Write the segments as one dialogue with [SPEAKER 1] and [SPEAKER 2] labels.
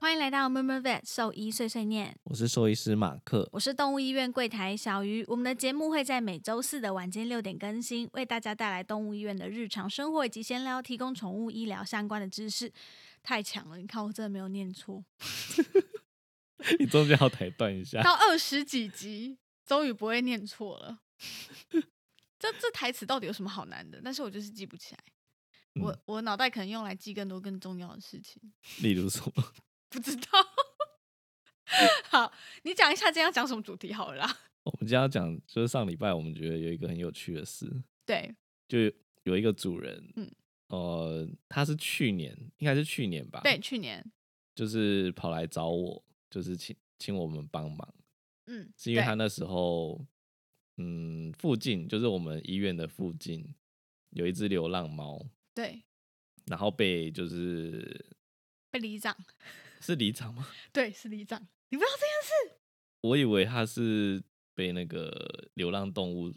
[SPEAKER 1] 欢迎来到 Murmur Vet 兽医碎碎念，
[SPEAKER 2] 我是兽医师马克，
[SPEAKER 1] 我是动物医院柜台小鱼。我们的节目会在每周四的晚间六点更新，为大家带来动物医院的日常生活以及闲聊，提供宠物医疗相关的知识。太强了，你看我真的没有念错，
[SPEAKER 2] 你中间要抬断一 下。
[SPEAKER 1] 到二十几集终于不会念错了。 这这台词到底有什么好难的？但是我就是记不起来。我
[SPEAKER 2] 嗯
[SPEAKER 1] 我脑袋可能用来记更多更重要的事情，
[SPEAKER 2] 例如什么？
[SPEAKER 1] 不知道。 好，你讲一下今天要讲什么主题好了啦。
[SPEAKER 2] 我们今天要讲，就是上礼拜我们觉得有一个很有趣的事，
[SPEAKER 1] 对，
[SPEAKER 2] 就有一个主人，
[SPEAKER 1] 嗯
[SPEAKER 2] 嗯，呃，他是去年，应该是去年吧，
[SPEAKER 1] 对，，去年，
[SPEAKER 2] 就是跑来找我，就是请请我们帮忙，
[SPEAKER 1] 嗯，
[SPEAKER 2] 是因为
[SPEAKER 1] 对
[SPEAKER 2] 他那时候，嗯，附近就是我们医院的附近有一只流浪猫，
[SPEAKER 1] 对
[SPEAKER 2] 然后被就是
[SPEAKER 1] 被里长，
[SPEAKER 2] 是里长吗？
[SPEAKER 1] 对，是里长，你不知道这件事？
[SPEAKER 2] 我以为他是被那个流浪动物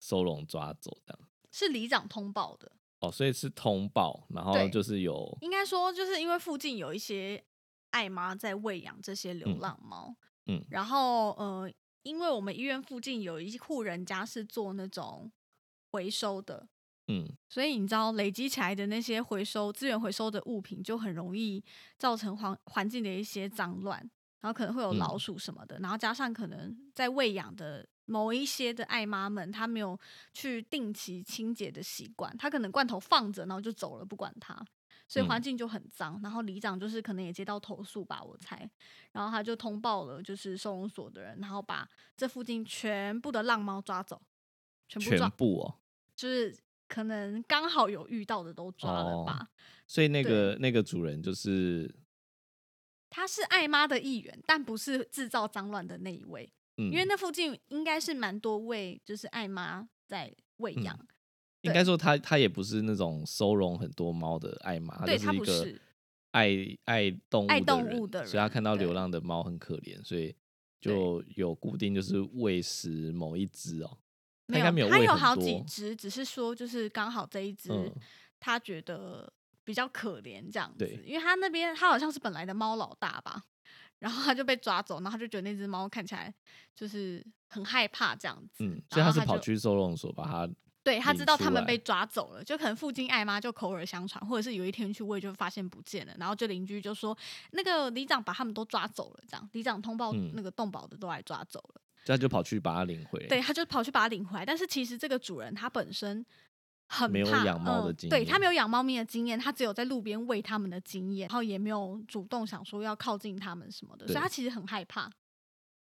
[SPEAKER 2] 收容抓走这样，
[SPEAKER 1] 是里长通报的，
[SPEAKER 2] 哦，所以是通报，然后
[SPEAKER 1] 对
[SPEAKER 2] 就是有
[SPEAKER 1] 应该说就是因为附近有一些爱妈在喂养这些流
[SPEAKER 2] 嗯
[SPEAKER 1] 浪猫，
[SPEAKER 2] 嗯
[SPEAKER 1] 然后呃，因为我们医院附近有一户人家是做那种回收的，
[SPEAKER 2] 嗯
[SPEAKER 1] 所以你知道累积起来的那些回收资源回收的物品，就很容易造成环环境的一些脏乱，然后可能会有
[SPEAKER 2] 嗯
[SPEAKER 1] 老鼠什么的，然后加上可能在喂养的某一些的爱妈们，她没有去定期清洁的习惯，她可能罐头放着，然后就走了，不管它。所以环
[SPEAKER 2] 嗯
[SPEAKER 1] 境就很脏，然后里长就是可能也接到投诉吧，我猜，然后他就通报了就是收容所的人，然后把这附近全部的浪猫抓走，全部抓
[SPEAKER 2] 全部哦，
[SPEAKER 1] 就是可能刚好有遇到的都抓了
[SPEAKER 2] 哦
[SPEAKER 1] 吧。
[SPEAKER 2] 所以那个那个主人就是
[SPEAKER 1] 他是爱妈的一员，但不是制造脏乱的那一位，
[SPEAKER 2] 嗯，
[SPEAKER 1] 因为那附近应该是蛮多位就是爱妈在喂
[SPEAKER 2] 嗯
[SPEAKER 1] 养，
[SPEAKER 2] 应该说他他也不是那种收容很多猫的爱妈，
[SPEAKER 1] 对
[SPEAKER 2] 就
[SPEAKER 1] 他
[SPEAKER 2] 一
[SPEAKER 1] 不
[SPEAKER 2] 个
[SPEAKER 1] 是
[SPEAKER 2] 爱爱动物
[SPEAKER 1] 爱
[SPEAKER 2] 的
[SPEAKER 1] 动
[SPEAKER 2] 人
[SPEAKER 1] 物的
[SPEAKER 2] 所以他
[SPEAKER 1] 人
[SPEAKER 2] 看到流
[SPEAKER 1] 对
[SPEAKER 2] 浪的猫很可怜，所以就有固定就是喂食某一只哦，他应该没
[SPEAKER 1] 有，
[SPEAKER 2] 有
[SPEAKER 1] 他
[SPEAKER 2] 喂
[SPEAKER 1] 有
[SPEAKER 2] 很
[SPEAKER 1] 好几
[SPEAKER 2] 多，
[SPEAKER 1] 只，只是说就是刚好这一只、
[SPEAKER 2] 嗯
[SPEAKER 1] 他觉得比较可怜这样子
[SPEAKER 2] 对，
[SPEAKER 1] 因为他那边他好像是本来的猫老大吧，然后他就被抓走，然后他就觉得那只猫看起来就是很害怕这样子，
[SPEAKER 2] 嗯，所以
[SPEAKER 1] 然后
[SPEAKER 2] 是
[SPEAKER 1] 他
[SPEAKER 2] 跑
[SPEAKER 1] 就
[SPEAKER 2] 去收容所把它
[SPEAKER 1] 对他
[SPEAKER 2] 引
[SPEAKER 1] 知道
[SPEAKER 2] 出
[SPEAKER 1] 他们
[SPEAKER 2] 来
[SPEAKER 1] 被抓走了，就可能附近爱妈就口耳相传，或者是有一天去喂就发现不见了，然后就邻居就说那个里长把他们都抓走了，这样里长通报
[SPEAKER 2] 嗯
[SPEAKER 1] 那个动保的都来抓走了，
[SPEAKER 2] 他就跑去把它领回来。
[SPEAKER 1] 对，他就跑去把他领回来，但是其实这个主人他本身。很
[SPEAKER 2] 没有
[SPEAKER 1] 怕
[SPEAKER 2] 养猫的
[SPEAKER 1] 嗯
[SPEAKER 2] 经
[SPEAKER 1] 对
[SPEAKER 2] 验
[SPEAKER 1] 他没有养猫咪的经验，他只有在路边喂它们的经验，然后也没有主动想说要靠近它们什么的，所以
[SPEAKER 2] 对
[SPEAKER 1] 他其实很害怕。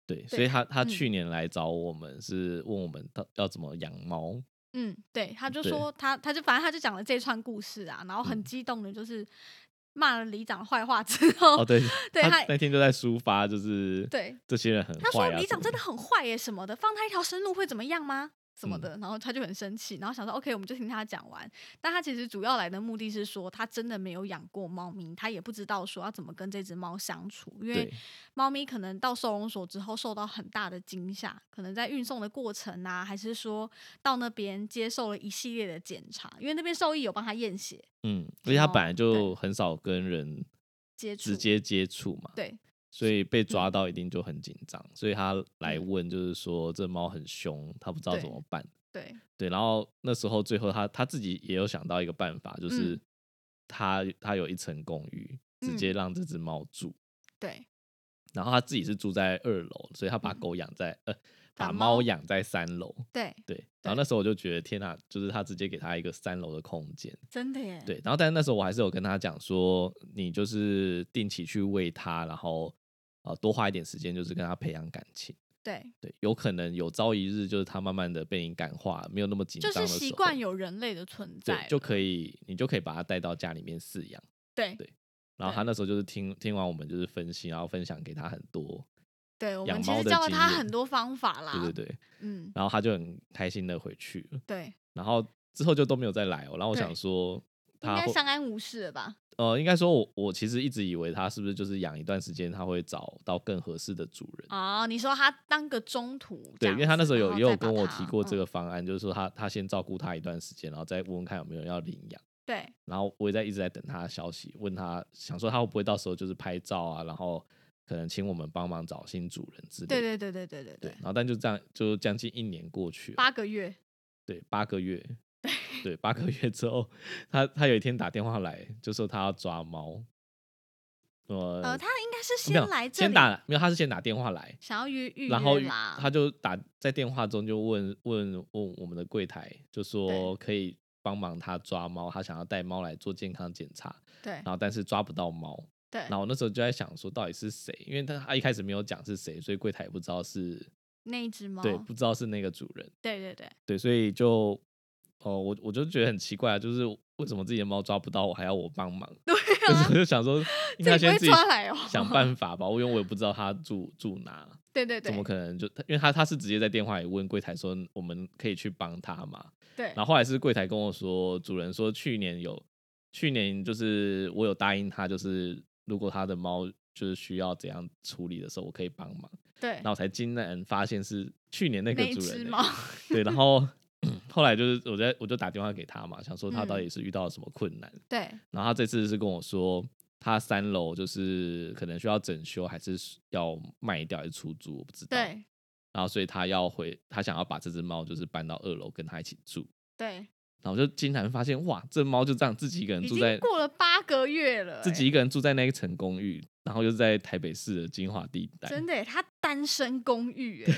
[SPEAKER 2] 对，所以他他
[SPEAKER 1] 嗯
[SPEAKER 2] 去年来找我们是问我们到要怎么养猫，
[SPEAKER 1] 嗯，对，他就
[SPEAKER 2] 对
[SPEAKER 1] 说他，他就反正他就讲了这串故事啊，然后很
[SPEAKER 2] 嗯
[SPEAKER 1] 激动的，就是骂了里长的坏话之后，
[SPEAKER 2] 哦对，
[SPEAKER 1] 对
[SPEAKER 2] 他
[SPEAKER 1] 他
[SPEAKER 2] 那天就在抒发，就是
[SPEAKER 1] 对
[SPEAKER 2] 这些人很
[SPEAKER 1] 他
[SPEAKER 2] 坏
[SPEAKER 1] 说
[SPEAKER 2] 啊，
[SPEAKER 1] 里长真
[SPEAKER 2] 什么
[SPEAKER 1] 的很坏耶什么的，放他一条生路会怎么样吗？什
[SPEAKER 2] 嗯
[SPEAKER 1] 么的，然后他就很生气，然后想说 OK，我们就听他讲完。但他其实主要来的目的是说，他真的没有养过猫咪，他也不知道说要怎么跟这只猫相处，因为
[SPEAKER 2] 对
[SPEAKER 1] 猫咪可能到收容所之后受到很大的惊吓，可能在运送的过程啊，还是说到那边接受了一系列的检查，因为那边兽医有帮他验血
[SPEAKER 2] 嗯，而且他
[SPEAKER 1] 猫
[SPEAKER 2] 本来就
[SPEAKER 1] 对
[SPEAKER 2] 很少跟人
[SPEAKER 1] 接触，
[SPEAKER 2] 直接接触嘛，
[SPEAKER 1] 对嗯
[SPEAKER 2] 所以被抓到一定就很紧张，所以他来问就是说这猫很凶，他不知道
[SPEAKER 1] 对
[SPEAKER 2] 怎么办。
[SPEAKER 1] 对
[SPEAKER 2] 对，然后那时候最后他他自己也有想到一个办法，就是
[SPEAKER 1] 嗯
[SPEAKER 2] 他、他有一层公寓，直
[SPEAKER 1] 嗯
[SPEAKER 2] 接让这只猫住，
[SPEAKER 1] 对
[SPEAKER 2] 然后他自己是住在二楼，所以他把
[SPEAKER 1] 嗯
[SPEAKER 2] 狗养在、呃
[SPEAKER 1] 把
[SPEAKER 2] 把
[SPEAKER 1] 猫
[SPEAKER 2] 猫养在三楼。
[SPEAKER 1] 对，
[SPEAKER 2] 对，然
[SPEAKER 1] 对
[SPEAKER 2] 后那时候我就觉得天哪，就是他直接给他一个三楼的空间。
[SPEAKER 1] 真的耶，
[SPEAKER 2] 对，然后但是那时候我还是有跟他讲说，你就是定期去喂它，然后呃多花一点时间，就是跟它培养感情。
[SPEAKER 1] 对，
[SPEAKER 2] 对，有可能有朝一日就是它慢慢的被你感化，没有那么紧
[SPEAKER 1] 就
[SPEAKER 2] 张的
[SPEAKER 1] 是
[SPEAKER 2] 时候，
[SPEAKER 1] 习惯有人类的存在
[SPEAKER 2] 对，就
[SPEAKER 1] 了
[SPEAKER 2] 可以你就可以把它带到家里面饲养。
[SPEAKER 1] 对
[SPEAKER 2] 对然后他那时候就是听听完我们就是分析，然后分享给他很多，
[SPEAKER 1] 对，我
[SPEAKER 2] 养
[SPEAKER 1] 们其
[SPEAKER 2] 猫
[SPEAKER 1] 实
[SPEAKER 2] 的
[SPEAKER 1] 教了
[SPEAKER 2] 经
[SPEAKER 1] 他
[SPEAKER 2] 验
[SPEAKER 1] 很多方法啦，
[SPEAKER 2] 对对对，
[SPEAKER 1] 嗯，
[SPEAKER 2] 然后他就很开心的回去了，
[SPEAKER 1] 对，
[SPEAKER 2] 然后之后就都没有再来哦。然后我
[SPEAKER 1] 对
[SPEAKER 2] 想说
[SPEAKER 1] 应
[SPEAKER 2] 他
[SPEAKER 1] 该
[SPEAKER 2] 会
[SPEAKER 1] 相安无事了吧？
[SPEAKER 2] 呃，应该说我我其实一直以为他是不是就是养一段时间，他会找到更合适的主人。
[SPEAKER 1] 哦，你说他当个中途这
[SPEAKER 2] 对，
[SPEAKER 1] 样
[SPEAKER 2] 因
[SPEAKER 1] 子，
[SPEAKER 2] 为他那时候有
[SPEAKER 1] 然后
[SPEAKER 2] 也有
[SPEAKER 1] 再把
[SPEAKER 2] 跟我
[SPEAKER 1] 它
[SPEAKER 2] 提过
[SPEAKER 1] 嗯
[SPEAKER 2] 这，个方案，就是说他他先照顾他一段时间，然后再问问看有没有人要领养。
[SPEAKER 1] 对
[SPEAKER 2] 然后我也在一直在等他的消息，问他想说他会不会到时候就是拍照啊，然后可能请我们帮忙找新主人之类的。
[SPEAKER 1] 对对对对对对
[SPEAKER 2] 对
[SPEAKER 1] 对，
[SPEAKER 2] 然后但就这样，就将近一年过去了，
[SPEAKER 1] 八个月，
[SPEAKER 2] 对八个月，对八个月之后，他他有一天打电话来，就说他要抓猫，呃，
[SPEAKER 1] 呃，他应该是
[SPEAKER 2] 没有
[SPEAKER 1] 先来哎这
[SPEAKER 2] 先
[SPEAKER 1] 里，
[SPEAKER 2] 打没有，他是先打电话来，
[SPEAKER 1] 想要预预
[SPEAKER 2] 然后
[SPEAKER 1] 约啦，
[SPEAKER 2] 他就打在电话中就问问问我们的柜台，就说
[SPEAKER 1] 对
[SPEAKER 2] 可以帮忙他抓猫，他想要带猫来做健康检查，
[SPEAKER 1] 对
[SPEAKER 2] 然后但是抓不到猫，
[SPEAKER 1] 对
[SPEAKER 2] 然，后我那时候就在想说到底是谁，因为他他一开始没有讲是谁，所以柜台也不知道是
[SPEAKER 1] 那一只猫，
[SPEAKER 2] 对，不知道是那个主人。
[SPEAKER 1] 对对对
[SPEAKER 2] 对，所以就哦，我我就觉得很奇怪啊，就是为什么自己的猫抓不到我，还要我帮忙？对、啊， 就想说应该
[SPEAKER 1] 自己不
[SPEAKER 2] 先
[SPEAKER 1] 会
[SPEAKER 2] 自己
[SPEAKER 1] 抓来哦
[SPEAKER 2] 想办法吧，因为我也不知道它住住哪，
[SPEAKER 1] 对对对，
[SPEAKER 2] 怎么可能就因为他他是直接在电话里问柜台说我们可以去帮他嘛，
[SPEAKER 1] 对
[SPEAKER 2] 然后后来是柜台跟我说，主人说去年有去年就是我有答应他，就是如果他的猫就是需要怎样处理的时候，我可以帮忙，
[SPEAKER 1] 对
[SPEAKER 2] 然后我才惊然发现是去年那个
[SPEAKER 1] 那一
[SPEAKER 2] 主人
[SPEAKER 1] 只
[SPEAKER 2] 欸
[SPEAKER 1] 猫，
[SPEAKER 2] 对，然后后来就是我在我就打电话给他嘛，想说他
[SPEAKER 1] 嗯
[SPEAKER 2] 到底是遇到了什么困难。
[SPEAKER 1] 对
[SPEAKER 2] 然后他这次是跟我说，他三楼就是可能需要整修，还是要卖掉还是出租，我不知道。
[SPEAKER 1] 对
[SPEAKER 2] 然后所以他要回，他想要把这只猫就是搬到二楼跟他一起住。
[SPEAKER 1] 对，
[SPEAKER 2] 然后我就竟然发现，哇，这猫就这样自己一个人
[SPEAKER 1] 已
[SPEAKER 2] 住在
[SPEAKER 1] 经过了八个月了欸，
[SPEAKER 2] 自己一个人住在那一层公寓，然后又是在台北市的金华地带。
[SPEAKER 1] 真的欸，他单身公寓 欸，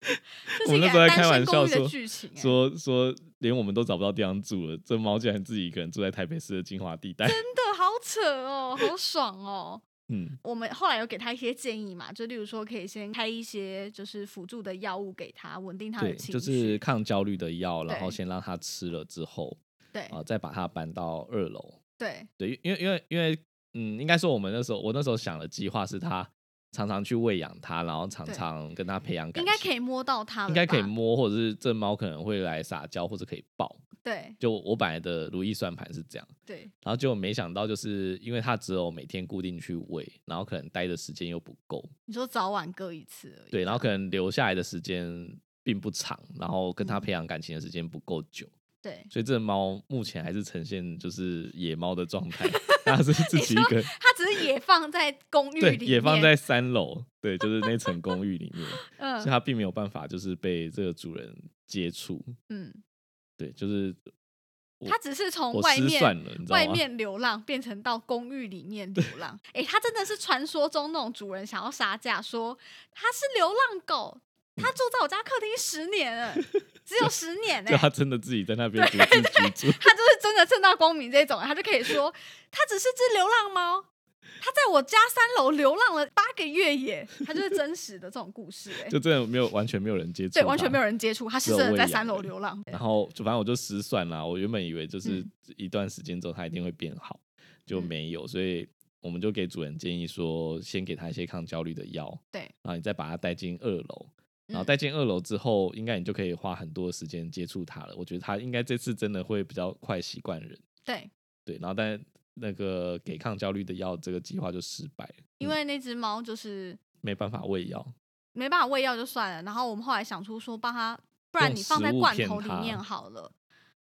[SPEAKER 1] 这
[SPEAKER 2] 我
[SPEAKER 1] 是
[SPEAKER 2] 们
[SPEAKER 1] 一
[SPEAKER 2] 那
[SPEAKER 1] 个
[SPEAKER 2] 时候在
[SPEAKER 1] 单
[SPEAKER 2] 开玩
[SPEAKER 1] 身
[SPEAKER 2] 笑
[SPEAKER 1] 公寓的
[SPEAKER 2] 说
[SPEAKER 1] 剧情欸，
[SPEAKER 2] 说说连我们都找不到地方住了，这猫竟然自己一个人住在台北市的金华地带。
[SPEAKER 1] 真的好扯哦，好爽哦。
[SPEAKER 2] 嗯，
[SPEAKER 1] 我们后来有给他一些建议嘛，就例如说可以先开一些就是辅助的药物给他，稳定他的
[SPEAKER 2] 对，
[SPEAKER 1] 情绪。
[SPEAKER 2] 就是抗焦虑的药，然
[SPEAKER 1] 对
[SPEAKER 2] 后先让它吃了之后，
[SPEAKER 1] 对
[SPEAKER 2] 啊、再把它搬到二楼。
[SPEAKER 1] 对
[SPEAKER 2] 对，因为因为因为嗯，应该说我们那时候我那时候想的计划是他常常去喂养它，然后常
[SPEAKER 1] 对
[SPEAKER 2] 常跟它培养感
[SPEAKER 1] 应
[SPEAKER 2] 情，
[SPEAKER 1] 该可以摸到他了吧，
[SPEAKER 2] 应该可以摸，或者是这猫可能会来撒娇，或者可以抱。
[SPEAKER 1] 对
[SPEAKER 2] 就我本来的如意算盘是这样，
[SPEAKER 1] 对
[SPEAKER 2] 然后结果没想到就是因为它只有每天固定去喂，然后可能待的时间又不够，
[SPEAKER 1] 你说早晚各一次而已。
[SPEAKER 2] 对，然后可能留下来的时间并不长，然后跟它
[SPEAKER 1] 嗯
[SPEAKER 2] 培养感情的时间不够久。
[SPEAKER 1] 对，
[SPEAKER 2] 所以这猫目前还是呈现就是野猫的状态， 它是 自己一个
[SPEAKER 1] 他只是也放在公寓
[SPEAKER 2] 对
[SPEAKER 1] 里面，
[SPEAKER 2] 也放在三楼，对，就是那层公寓里面，所
[SPEAKER 1] 嗯
[SPEAKER 2] 以它并没有办法就是被这个主人接触，
[SPEAKER 1] 嗯，
[SPEAKER 2] 对，就是我
[SPEAKER 1] 他只是从
[SPEAKER 2] 我
[SPEAKER 1] 外
[SPEAKER 2] 失算
[SPEAKER 1] 面。
[SPEAKER 2] 了，你知
[SPEAKER 1] 外
[SPEAKER 2] 道吗？
[SPEAKER 1] 面流浪变成到公寓里面流浪，哎、他真的是传说中那种主人想要杀价，说他是流浪狗，他住在我家客厅十年了，只 有十年呢、
[SPEAKER 2] 嗯就它真的自己在那边独 自居住，
[SPEAKER 1] 他就是真的正大光明这种，他就可以说他只是只流浪猫，他在我家三楼流浪了八个月耶，他就是真实的这种故事哎，
[SPEAKER 2] 就真的没有完全没有人接触，
[SPEAKER 1] 对，完全没有。人接触，他是真的在三楼流浪，
[SPEAKER 2] 然后就反正我就失算了，我原本以为就是
[SPEAKER 1] 嗯
[SPEAKER 2] 一段时间之后它一定会变好，就
[SPEAKER 1] 嗯
[SPEAKER 2] 没有，所以我们就给主人建议说，先给它一些抗焦虑的药，
[SPEAKER 1] 对，
[SPEAKER 2] 然后你再把它带进二楼，然后
[SPEAKER 1] 嗯
[SPEAKER 2] 带进二楼之后，应该你就可以花很多时间接触它了。我觉得它应该这次真的会比较快习惯人，
[SPEAKER 1] 对，
[SPEAKER 2] 对，然后但那个给抗焦虑的药这个计划就失败了，
[SPEAKER 1] 因为那只猫就是
[SPEAKER 2] 没办法喂药，
[SPEAKER 1] 没办法喂药就算了，然后我们后来想出说帮他，不然
[SPEAKER 2] 用
[SPEAKER 1] 你放在
[SPEAKER 2] 食物
[SPEAKER 1] 罐
[SPEAKER 2] 骗
[SPEAKER 1] 头里
[SPEAKER 2] 它
[SPEAKER 1] 面好了。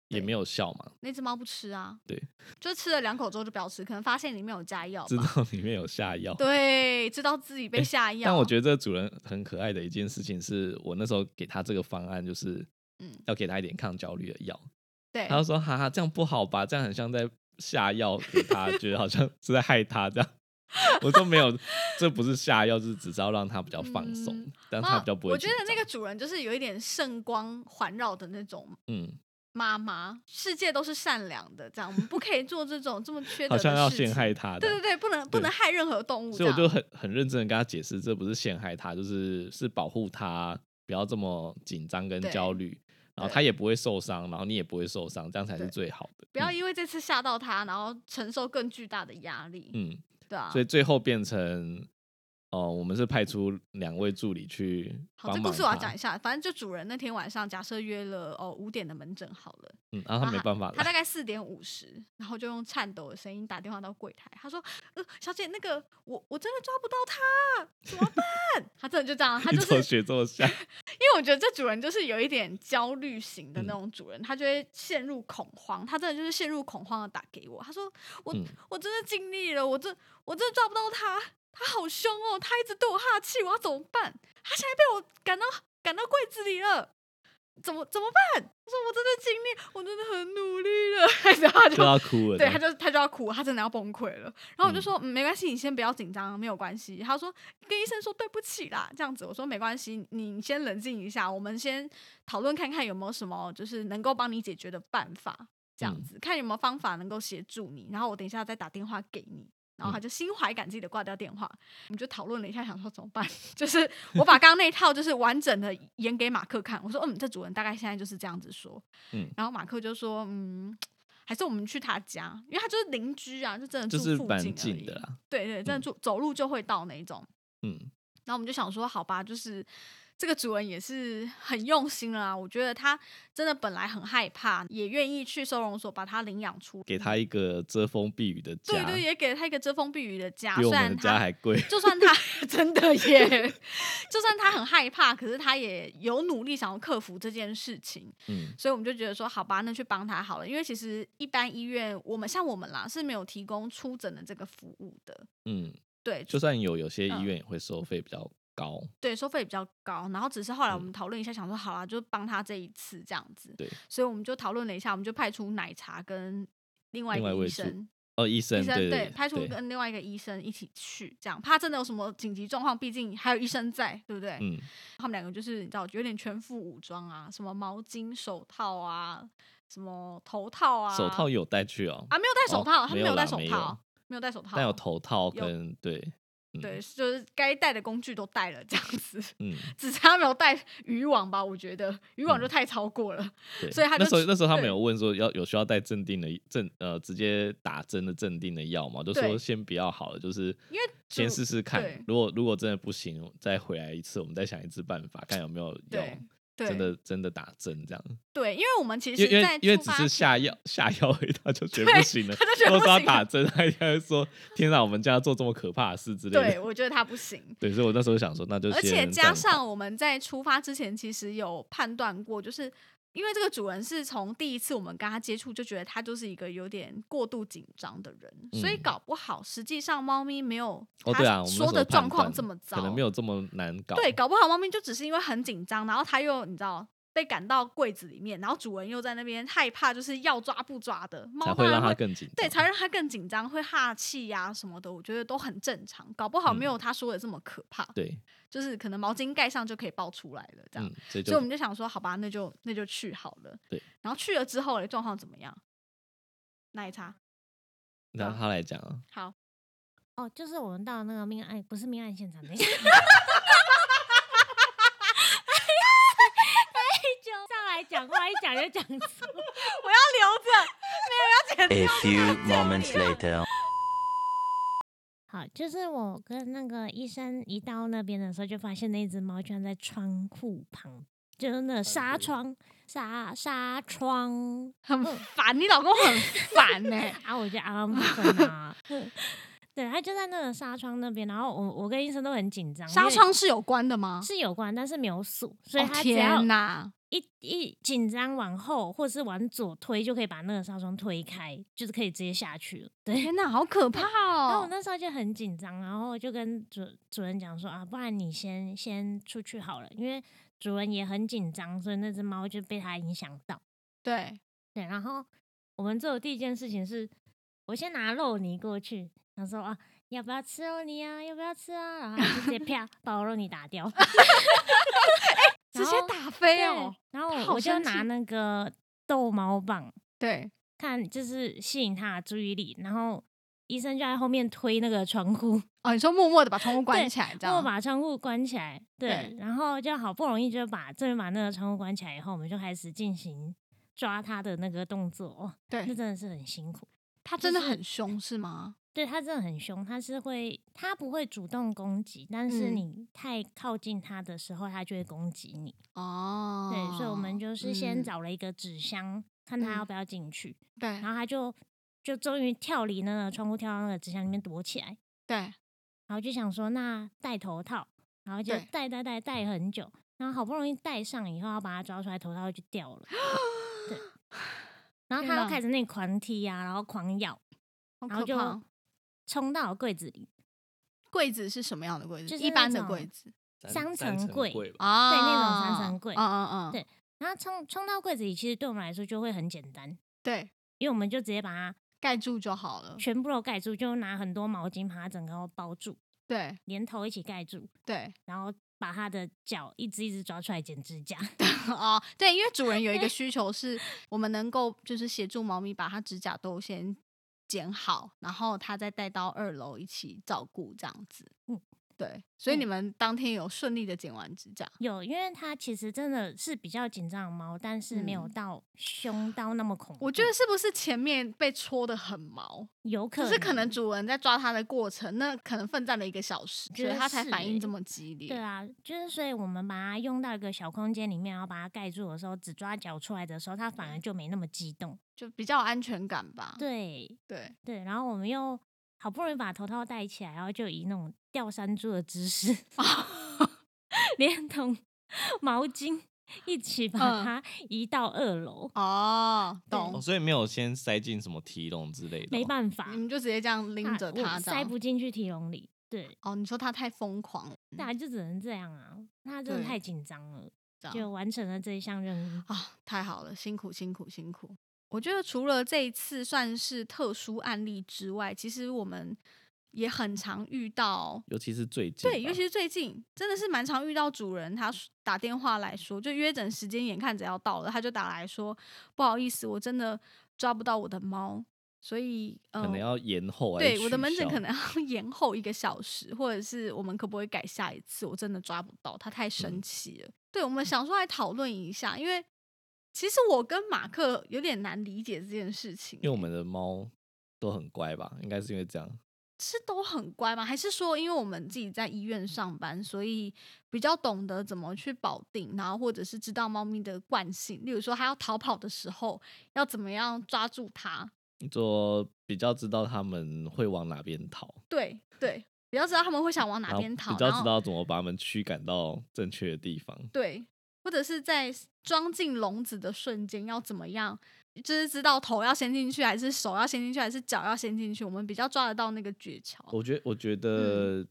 [SPEAKER 2] 也没有效嘛，
[SPEAKER 1] 那只猫不吃啊，
[SPEAKER 2] 对，
[SPEAKER 1] 就吃了两口之后就不要吃，可能发现里面有加药
[SPEAKER 2] 知
[SPEAKER 1] 吧，
[SPEAKER 2] 道里面有 下药，
[SPEAKER 1] 对，知道自己被下药。
[SPEAKER 2] 但我觉得这个主人很可爱的一件事情是，我那时候给他这个方案，就是
[SPEAKER 1] 嗯
[SPEAKER 2] 要给他一点抗焦虑的药。
[SPEAKER 1] 对，
[SPEAKER 2] 他就说：“哈哈，这样不好吧？这样很像在下药给他，觉得好像是在害他这样。”我说：“没有，这不是下药，就是只是要让他比较放松，
[SPEAKER 1] 嗯
[SPEAKER 2] 但
[SPEAKER 1] 猫
[SPEAKER 2] 他比较不会
[SPEAKER 1] 我觉
[SPEAKER 2] 紧
[SPEAKER 1] 得
[SPEAKER 2] 张。”
[SPEAKER 1] 那个主人就是有一点圣光环绕的那种
[SPEAKER 2] 嗯，
[SPEAKER 1] 妈妈，世界都是善良的，这样我们不可以做这种这么缺德的
[SPEAKER 2] 好
[SPEAKER 1] 事情。
[SPEAKER 2] 像要陷害他的
[SPEAKER 1] 对。对对，不能不
[SPEAKER 2] 对
[SPEAKER 1] 能害任何动物这
[SPEAKER 2] 所以
[SPEAKER 1] 样。
[SPEAKER 2] 我就很很认真的跟他解释，这不是陷害他，就是是保护他，不要这么紧张跟
[SPEAKER 1] 对
[SPEAKER 2] 焦虑，然后他也不会受伤，然后你也不会受伤，这样才是
[SPEAKER 1] 对
[SPEAKER 2] 最好的。
[SPEAKER 1] 不要
[SPEAKER 2] 嗯
[SPEAKER 1] 因为这次吓到他，然后承受更巨大的压力。
[SPEAKER 2] 嗯，
[SPEAKER 1] 对啊，
[SPEAKER 2] 所以最后变成，哦、我们是派出两位助理去
[SPEAKER 1] 好，
[SPEAKER 2] 帮
[SPEAKER 1] 这
[SPEAKER 2] 忙
[SPEAKER 1] 故事我要
[SPEAKER 2] 他
[SPEAKER 1] 讲一下。反正就主人那天晚上，假设约了哦五点的门诊好了，
[SPEAKER 2] 嗯，然后
[SPEAKER 1] 然后
[SPEAKER 2] 他没办法
[SPEAKER 1] 他
[SPEAKER 2] 来，
[SPEAKER 1] 大概四点五十，然后就用颤抖的声音打电话到柜台，他说：“呃，小姐，那个我我真的抓不到他，怎么办？” 他真的就这 样，他
[SPEAKER 2] 一
[SPEAKER 1] 就是
[SPEAKER 2] 做学做下，
[SPEAKER 1] 因为我觉得这主人就是有一点焦虑型的那
[SPEAKER 2] 嗯
[SPEAKER 1] 种主人，他就会陷入恐慌，他真的就是陷入恐慌的打给我，他说我、
[SPEAKER 2] 嗯
[SPEAKER 1] 我真的尽力了，我这我真的抓不到他，他好凶哦，他一直对我哈气，我要怎么办？他现在被我赶到赶到柜子里了。怎么怎么办？我说我真的尽力，我真的很努力了， 还是他就
[SPEAKER 2] 就要哭了。
[SPEAKER 1] 对，他
[SPEAKER 2] 这样
[SPEAKER 1] 就他就要哭，他真的要崩溃了。然后我就
[SPEAKER 2] 嗯
[SPEAKER 1] 说、嗯没关系，你先不要紧张，没有关系。他说跟医生说对不起啦，这样子。我说没关系，你先冷静一下，我们先讨论看看有没有什么就是能够帮你解决的办法，这样
[SPEAKER 2] 嗯
[SPEAKER 1] 子、看有没有方法能够协助你。然后我等一下再打电话给你。然后
[SPEAKER 2] 嗯
[SPEAKER 1] 他就心怀感激的挂掉电话，我们就讨论了一下，想说怎么办？ 就是我把刚刚那一套就是完整的演给马克看，我说嗯，这主人大概现在就是这样子说，
[SPEAKER 2] 嗯
[SPEAKER 1] 然后马克就说嗯，还是我们去他家，因为他就是邻居啊，就真的
[SPEAKER 2] 就
[SPEAKER 1] 住
[SPEAKER 2] 是
[SPEAKER 1] 附
[SPEAKER 2] 蛮
[SPEAKER 1] 近而
[SPEAKER 2] 近
[SPEAKER 1] 已
[SPEAKER 2] 的啦，
[SPEAKER 1] 对对，真的
[SPEAKER 2] 嗯
[SPEAKER 1] 住、走路就会到那一种。
[SPEAKER 2] 嗯，
[SPEAKER 1] 然后我们就想说，好吧，就是这个主人也是很用心了啊，我觉得他真的本来很害怕，也愿意去收容所把他领养出来，
[SPEAKER 2] 给他一个遮风避雨的
[SPEAKER 1] 嗯对
[SPEAKER 2] 家，
[SPEAKER 1] 对，也给了他一个遮风避雨的家，
[SPEAKER 2] 比
[SPEAKER 1] 虽
[SPEAKER 2] 我
[SPEAKER 1] 然
[SPEAKER 2] 们的家
[SPEAKER 1] 他
[SPEAKER 2] 还贵。
[SPEAKER 1] 就算他 真的耶，就算他很害怕，可是他也有努力想要克服这件事情，
[SPEAKER 2] 嗯
[SPEAKER 1] 所以我们就觉得说，好吧，那去帮他好了。因为其实一般医院，我们像我们啦是没有提供出诊的这个服务的，
[SPEAKER 2] 嗯，
[SPEAKER 1] 对，
[SPEAKER 2] 就算有，有些医
[SPEAKER 1] 嗯
[SPEAKER 2] 院也会收费比较高。
[SPEAKER 1] 对，收费比较高，然后只是后来我们讨论一下，想说好啦，就帮他这一次这样子。
[SPEAKER 2] 嗯对，
[SPEAKER 1] 所以我们就讨论了一下，我们就派出奶茶跟另外一
[SPEAKER 2] 另外一
[SPEAKER 1] 个医
[SPEAKER 2] 位助
[SPEAKER 1] 生，
[SPEAKER 2] 哦，医生，
[SPEAKER 1] 医生
[SPEAKER 2] 对
[SPEAKER 1] 派出
[SPEAKER 2] 对
[SPEAKER 1] 跟另外一个医生一起去，这样怕真的有什么紧急状况，毕竟还有医生在，对不对？
[SPEAKER 2] 嗯，
[SPEAKER 1] 他们两个就是你知道，有点全副武装啊，什么毛巾、手套啊，什么头套啊，
[SPEAKER 2] 手套有带去哦，
[SPEAKER 1] 啊，没有戴手
[SPEAKER 2] 哦
[SPEAKER 1] 套，他
[SPEAKER 2] 没
[SPEAKER 1] 们没
[SPEAKER 2] 有
[SPEAKER 1] 戴
[SPEAKER 2] 啦
[SPEAKER 1] 手
[SPEAKER 2] 没有
[SPEAKER 1] 套，没有戴手套，
[SPEAKER 2] 但有头套
[SPEAKER 1] 有
[SPEAKER 2] 跟对，嗯
[SPEAKER 1] 对，就是该带的工具都带了，这样子。
[SPEAKER 2] 嗯，
[SPEAKER 1] 只是他没有带渔网吧，我觉得渔网就太超过了。
[SPEAKER 2] 对。
[SPEAKER 1] 所以他就
[SPEAKER 2] 那时候
[SPEAKER 1] 去
[SPEAKER 2] 那时候他们
[SPEAKER 1] 对
[SPEAKER 2] 有问说要有需要带镇定的镇呃直接打针的镇定的药嘛，就
[SPEAKER 1] 对
[SPEAKER 2] 说先不要好了，就是
[SPEAKER 1] 因为
[SPEAKER 2] 先
[SPEAKER 1] 主
[SPEAKER 2] 试试
[SPEAKER 1] 对
[SPEAKER 2] 看，如果如果真的不行，再回来一次，我们再想一次办法，看有没有
[SPEAKER 1] 对
[SPEAKER 2] 用。
[SPEAKER 1] 对
[SPEAKER 2] 真的真的打针这样，
[SPEAKER 1] 对，因为我们其
[SPEAKER 2] 因为
[SPEAKER 1] 实
[SPEAKER 2] 因
[SPEAKER 1] 在
[SPEAKER 2] 为因为
[SPEAKER 1] 出
[SPEAKER 2] 只
[SPEAKER 1] 发
[SPEAKER 2] 是下药下药而已，他就觉得不行了。
[SPEAKER 1] 他 就觉得
[SPEAKER 2] 如果
[SPEAKER 1] 不
[SPEAKER 2] 说要
[SPEAKER 1] 行
[SPEAKER 2] 打
[SPEAKER 1] 了
[SPEAKER 2] 针，他应该说：“天哪，我们家做这么可怕的事之类
[SPEAKER 1] 对，
[SPEAKER 2] 的。
[SPEAKER 1] 我觉得他不行”。
[SPEAKER 2] 对，所以我那时候想说，那就
[SPEAKER 1] 而且
[SPEAKER 2] 先
[SPEAKER 1] 加
[SPEAKER 2] 暂缓
[SPEAKER 1] 上我们在出发之前，其实有判断过，就是因为这个主人是从第一次我们跟他接触，就觉得他就是一个有点过度紧张的人，所以
[SPEAKER 2] 嗯
[SPEAKER 1] 搞不好实际上猫咪没有
[SPEAKER 2] 哦，对
[SPEAKER 1] 他
[SPEAKER 2] 啊，我们那
[SPEAKER 1] 说
[SPEAKER 2] 时
[SPEAKER 1] 的
[SPEAKER 2] 候
[SPEAKER 1] 状
[SPEAKER 2] 判
[SPEAKER 1] 况
[SPEAKER 2] 断
[SPEAKER 1] 这么糟，
[SPEAKER 2] 可能没有这么难搞。
[SPEAKER 1] 对，搞不好猫咪就只是因为很紧张，然后它又你知道被赶到柜子里面，然后主人又在那边害怕，就是要抓不抓的，猫
[SPEAKER 2] 才
[SPEAKER 1] 当
[SPEAKER 2] 会
[SPEAKER 1] 然
[SPEAKER 2] 让
[SPEAKER 1] 啊会
[SPEAKER 2] 他更紧张。
[SPEAKER 1] 对，才让它更紧张，会哈气呀、什么的，我觉得都很正常。搞不好没
[SPEAKER 2] 嗯
[SPEAKER 1] 有他说的这么可怕，
[SPEAKER 2] 对，
[SPEAKER 1] 就是可能毛巾盖上就可以抱出来了这样。
[SPEAKER 2] 嗯，所以
[SPEAKER 1] 所以我
[SPEAKER 2] 就
[SPEAKER 1] 们就想说，好吧，那就那就去好了。
[SPEAKER 2] 对，
[SPEAKER 1] 然后去了之后的状况怎么样？奶茶
[SPEAKER 2] 让他来讲啊。
[SPEAKER 1] 好，
[SPEAKER 3] 哦，就是我们到那个命案，不是命案现场， 哎等一下。哎上来讲话一讲就讲错，
[SPEAKER 1] 我要留着，没有
[SPEAKER 4] A
[SPEAKER 1] 要剪
[SPEAKER 4] few
[SPEAKER 1] 掉。
[SPEAKER 4] moments later.
[SPEAKER 3] 好，就是我跟那个医生一到那边的时候，就发现那只猫居然在窗户旁，就是那个纱窗、纱纱窗
[SPEAKER 1] 很烦，你老公很烦呢、
[SPEAKER 3] 啊，我就安安不分啊。 对，它就在那个纱窗那边，然后我我跟医生都很紧张，因
[SPEAKER 1] 纱
[SPEAKER 3] 为
[SPEAKER 1] 窗是有关的吗？
[SPEAKER 3] 是有关，但是没有锁，所以
[SPEAKER 1] 哦
[SPEAKER 3] 它只要
[SPEAKER 1] 天哪！
[SPEAKER 3] 一一紧张往后或是往左推，就可以把那个纱窗推开，就是可以直接下去了。 对。
[SPEAKER 1] 天哪，好可怕
[SPEAKER 3] 然后我
[SPEAKER 1] 哦！
[SPEAKER 3] 那时候就很紧张，然后就跟主主人讲说啊，不然你先先出去好了，因为主人也很紧张，所以那只猫就被它影响到。
[SPEAKER 1] 对，
[SPEAKER 3] 对，然后我们做的第一件事情是，我先拿肉泥过去，然后说啊，要不要吃肉泥啊？要不要吃啊？然后它就直接 啪把我肉泥打掉，
[SPEAKER 1] 直接
[SPEAKER 3] 然后
[SPEAKER 1] 打飞
[SPEAKER 3] 对
[SPEAKER 1] 哦！
[SPEAKER 3] 然后
[SPEAKER 1] 他
[SPEAKER 3] 我
[SPEAKER 1] 好
[SPEAKER 3] 我就
[SPEAKER 1] 生气
[SPEAKER 3] 拿那个逗猫棒，
[SPEAKER 1] 对，
[SPEAKER 3] 看就是吸引它的注意力，然后医生就在后面推那个窗户，
[SPEAKER 1] 哦，你说默默的把窗户关
[SPEAKER 3] 对
[SPEAKER 1] 起来，这
[SPEAKER 3] 我
[SPEAKER 1] 样啊
[SPEAKER 3] 把窗户关起来，对，
[SPEAKER 1] 对
[SPEAKER 3] 然后就好不容易就把终于把那个窗户关起来以后，我们就开始进行抓它的那个动作，哦，那
[SPEAKER 1] 对，
[SPEAKER 3] 真的是很辛苦。
[SPEAKER 1] 它
[SPEAKER 3] 就
[SPEAKER 1] 真的
[SPEAKER 3] 是
[SPEAKER 1] 很凶是吗？
[SPEAKER 3] 对它真的很凶，它是会，它不会主动攻击，但是
[SPEAKER 1] 嗯
[SPEAKER 3] 你太靠近它的时候，它就会攻击你。
[SPEAKER 1] 哦，
[SPEAKER 3] 对，所以我们就是先
[SPEAKER 1] 嗯
[SPEAKER 3] 找了一个纸箱，看它要
[SPEAKER 1] 嗯
[SPEAKER 3] 不要进去，
[SPEAKER 1] 对
[SPEAKER 3] 然后它就就终于跳离那个窗户，跳到那个纸箱里面躲起来。
[SPEAKER 1] 对
[SPEAKER 3] 然后就想说，那戴头套，然后就
[SPEAKER 1] 对
[SPEAKER 3] 戴戴戴戴很久，然后好不容易戴上以后，要把它抓出来，头套就 掉了。对，然后
[SPEAKER 1] 天
[SPEAKER 3] 它
[SPEAKER 1] 哪
[SPEAKER 3] 又开始那里狂踢啊，然后狂咬，
[SPEAKER 1] 好
[SPEAKER 3] 然后
[SPEAKER 1] 可
[SPEAKER 3] 就
[SPEAKER 1] 怕。哦
[SPEAKER 3] 冲到我柜子里，
[SPEAKER 1] 柜子是什么样的柜子？
[SPEAKER 3] 就是
[SPEAKER 1] 一
[SPEAKER 3] 那
[SPEAKER 1] 般的
[SPEAKER 3] 种
[SPEAKER 1] 柜子
[SPEAKER 3] 三层
[SPEAKER 2] 层
[SPEAKER 3] 柜
[SPEAKER 2] 柜吧，
[SPEAKER 1] 啊，
[SPEAKER 3] 那种三层柜
[SPEAKER 1] 嗯嗯嗯，
[SPEAKER 3] 对然后冲冲到柜子里，其实对我们来说就会很简单，
[SPEAKER 1] 对，
[SPEAKER 3] 因为我们就直接把它
[SPEAKER 1] 盖住就好了。
[SPEAKER 3] 全部都盖住，就拿很多毛巾把它整个都包住，
[SPEAKER 1] 对
[SPEAKER 3] 连头一起盖住，
[SPEAKER 1] 对
[SPEAKER 3] 然后把它的脚一只一只抓出来剪指甲。
[SPEAKER 1] 哦，对，因为主人有一个需求是，我们能够就是协助猫咪把它指甲都先剪好，然后它再带到二楼一起照顾这样子。
[SPEAKER 3] 嗯，
[SPEAKER 1] 对，所以你
[SPEAKER 3] 嗯
[SPEAKER 1] 们当天有顺利的剪完指甲。
[SPEAKER 3] 有，因为它其实真的是比较紧张的猫，但是没有
[SPEAKER 1] 嗯
[SPEAKER 3] 到凶到那么恐怖。
[SPEAKER 1] 我觉得是不是前面被戳的很毛，
[SPEAKER 3] 有可
[SPEAKER 1] 可
[SPEAKER 3] 能，
[SPEAKER 1] 是可能主人在抓它的过程，那可能奋战了一个小时，所
[SPEAKER 3] 觉
[SPEAKER 1] 以
[SPEAKER 3] 得
[SPEAKER 1] 它才
[SPEAKER 3] 是
[SPEAKER 1] 反应
[SPEAKER 3] 欸
[SPEAKER 1] 这么激烈。
[SPEAKER 3] 对啊，就是所以我们把它用到一个小空间里面，然后把它盖住的时候，只抓脚出来的时候，它反而就没那么激动。
[SPEAKER 1] 就比较有安全感吧。
[SPEAKER 3] 对
[SPEAKER 1] 对，
[SPEAKER 3] 对，然后我们又好不容易把头套戴起来，然后就以那种吊山猪的姿势， 连同毛巾一起把
[SPEAKER 1] 嗯
[SPEAKER 3] 它移到二楼。
[SPEAKER 1] 哦，
[SPEAKER 3] 对
[SPEAKER 1] 懂
[SPEAKER 2] 哦，。所以没有先塞进什么提笼之类的哦，
[SPEAKER 3] 没办法
[SPEAKER 1] 你，们就直接这样拎
[SPEAKER 3] 它
[SPEAKER 1] 着
[SPEAKER 3] 我
[SPEAKER 1] 它，这
[SPEAKER 3] 塞
[SPEAKER 1] 样
[SPEAKER 3] 不进去提笼里。对，
[SPEAKER 1] 哦，你说它太疯狂了，
[SPEAKER 3] 大家就只能这样啊，那真的
[SPEAKER 1] 对啊
[SPEAKER 3] 太紧张了，
[SPEAKER 1] 这
[SPEAKER 3] 就
[SPEAKER 1] 样
[SPEAKER 3] 完成了这一项任务。
[SPEAKER 1] 啊，太好了，辛苦辛苦辛苦。我觉得除了这一次算是特殊案例之外，其实我们也很常遇到
[SPEAKER 2] 尤其是最近吧，
[SPEAKER 1] 对，尤其是最近，真的是蛮常遇到主人他说打电话来说，就约诊时间眼看着要到了，他就打来说，不好意思，我真的抓不到我的猫，所以呃，
[SPEAKER 2] 可能要延后，
[SPEAKER 1] 对我的门诊可能要 延后一个小时，或者是我们可不可以改下一次？我真的抓不到，他太神
[SPEAKER 2] 嗯
[SPEAKER 1] 奇了。对，我们想说来讨论一下，因为其实我跟马克有点难理解这件事情欸，
[SPEAKER 2] 因为我们的猫都很乖吧，应该是因为这样。
[SPEAKER 1] 是都很乖吗？还是说，因为我们自己在医院上班，所以比较懂得怎么去保定，然后或者是知道猫咪的惯性，例如说它要逃跑的时候，要怎么样抓住它？
[SPEAKER 2] 做比较知道他们会往哪边逃，
[SPEAKER 1] 对对，比较知道他们会想往
[SPEAKER 2] 然
[SPEAKER 1] 哪
[SPEAKER 2] 后
[SPEAKER 1] 边逃，
[SPEAKER 2] 比较
[SPEAKER 1] 然后
[SPEAKER 2] 知道怎么把他们驱赶到正确的地方。
[SPEAKER 1] 对，或者是在装进笼子的瞬间要怎么样，就是知道头要先进去，还是手要先进去，还是脚要先进去，我们比较抓得到那个诀窍。
[SPEAKER 2] 我觉得，我
[SPEAKER 1] 嗯
[SPEAKER 2] 觉得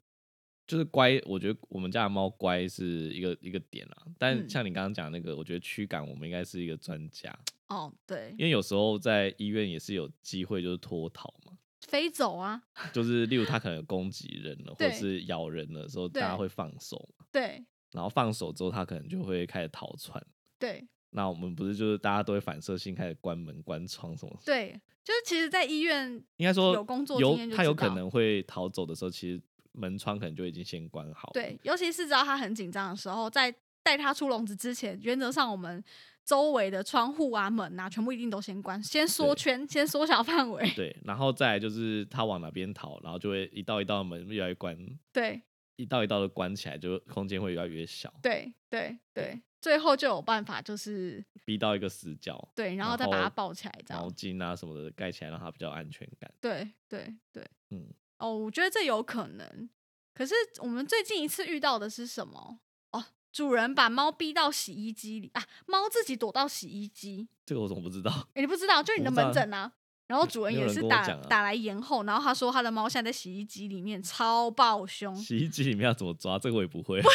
[SPEAKER 2] 就是乖，我觉得我们家的猫乖是一个一个点啦。但
[SPEAKER 1] 嗯
[SPEAKER 2] 像你刚刚讲那个，我觉得驱赶我们应该是一个专家，
[SPEAKER 1] 哦，对，
[SPEAKER 2] 因为有时候在医院也是有机会就是脱逃嘛，
[SPEAKER 1] 飞走啊，
[SPEAKER 2] 就是例如它可能有攻击人了，或
[SPEAKER 1] 对
[SPEAKER 2] 者是咬人的时候，大家
[SPEAKER 1] 对
[SPEAKER 2] 会放手嘛，
[SPEAKER 1] 对
[SPEAKER 2] 然后放手之后，它可能就会开始逃窜。
[SPEAKER 1] 对。
[SPEAKER 2] 那我们不是就是大家都会反射性开始关门、关窗什么？
[SPEAKER 1] 对，就是其实，在医院
[SPEAKER 2] 应该说
[SPEAKER 1] 有工作
[SPEAKER 2] 有
[SPEAKER 1] 经验就
[SPEAKER 2] 它有
[SPEAKER 1] 知道
[SPEAKER 2] 可能会逃走的时候，其实门窗可能就已经先关好了。
[SPEAKER 1] 对，尤其是知道他很紧张的时候，在带他出笼子之前，原则上我们周围的窗户啊、门啊，全部一定都先关，先缩
[SPEAKER 2] 对
[SPEAKER 1] 圈，先缩小范围。
[SPEAKER 2] 对，然后再来就是它往哪边逃，然后就会一道一道的门越来越关，
[SPEAKER 1] 对
[SPEAKER 2] 一道一道的关起来，就空间会越来越小，
[SPEAKER 1] 对对对，最后就有办法，就是
[SPEAKER 2] 逼到一个死角，
[SPEAKER 1] 对，然
[SPEAKER 2] 然
[SPEAKER 1] 后再把
[SPEAKER 2] 后
[SPEAKER 1] 它抱起来，这
[SPEAKER 2] 毛
[SPEAKER 1] 样。
[SPEAKER 2] 巾啊什么的盖起来，让它比较有安全感。
[SPEAKER 1] 对对对，
[SPEAKER 2] 嗯，
[SPEAKER 1] 哦，我觉得这有可能。可是我们最近一次遇到的是什么？哦，主人把猫逼到洗衣机里啊，猫自己躲到洗衣机。
[SPEAKER 2] 这个我怎么不知道？
[SPEAKER 1] 欸你不知道，就你
[SPEAKER 2] 我
[SPEAKER 1] 的
[SPEAKER 2] 不知
[SPEAKER 1] 门
[SPEAKER 2] 道
[SPEAKER 1] 诊 啊。然后主人
[SPEAKER 2] 没
[SPEAKER 1] 也
[SPEAKER 2] 有人
[SPEAKER 1] 是
[SPEAKER 2] 跟我
[SPEAKER 1] 打、
[SPEAKER 2] 讲啊
[SPEAKER 1] 打来延后，然后他说他的猫现在在洗衣机里面超爆凶。哎、
[SPEAKER 2] 洗衣机里面要怎么抓？这个我也不会。
[SPEAKER 1] 洗衣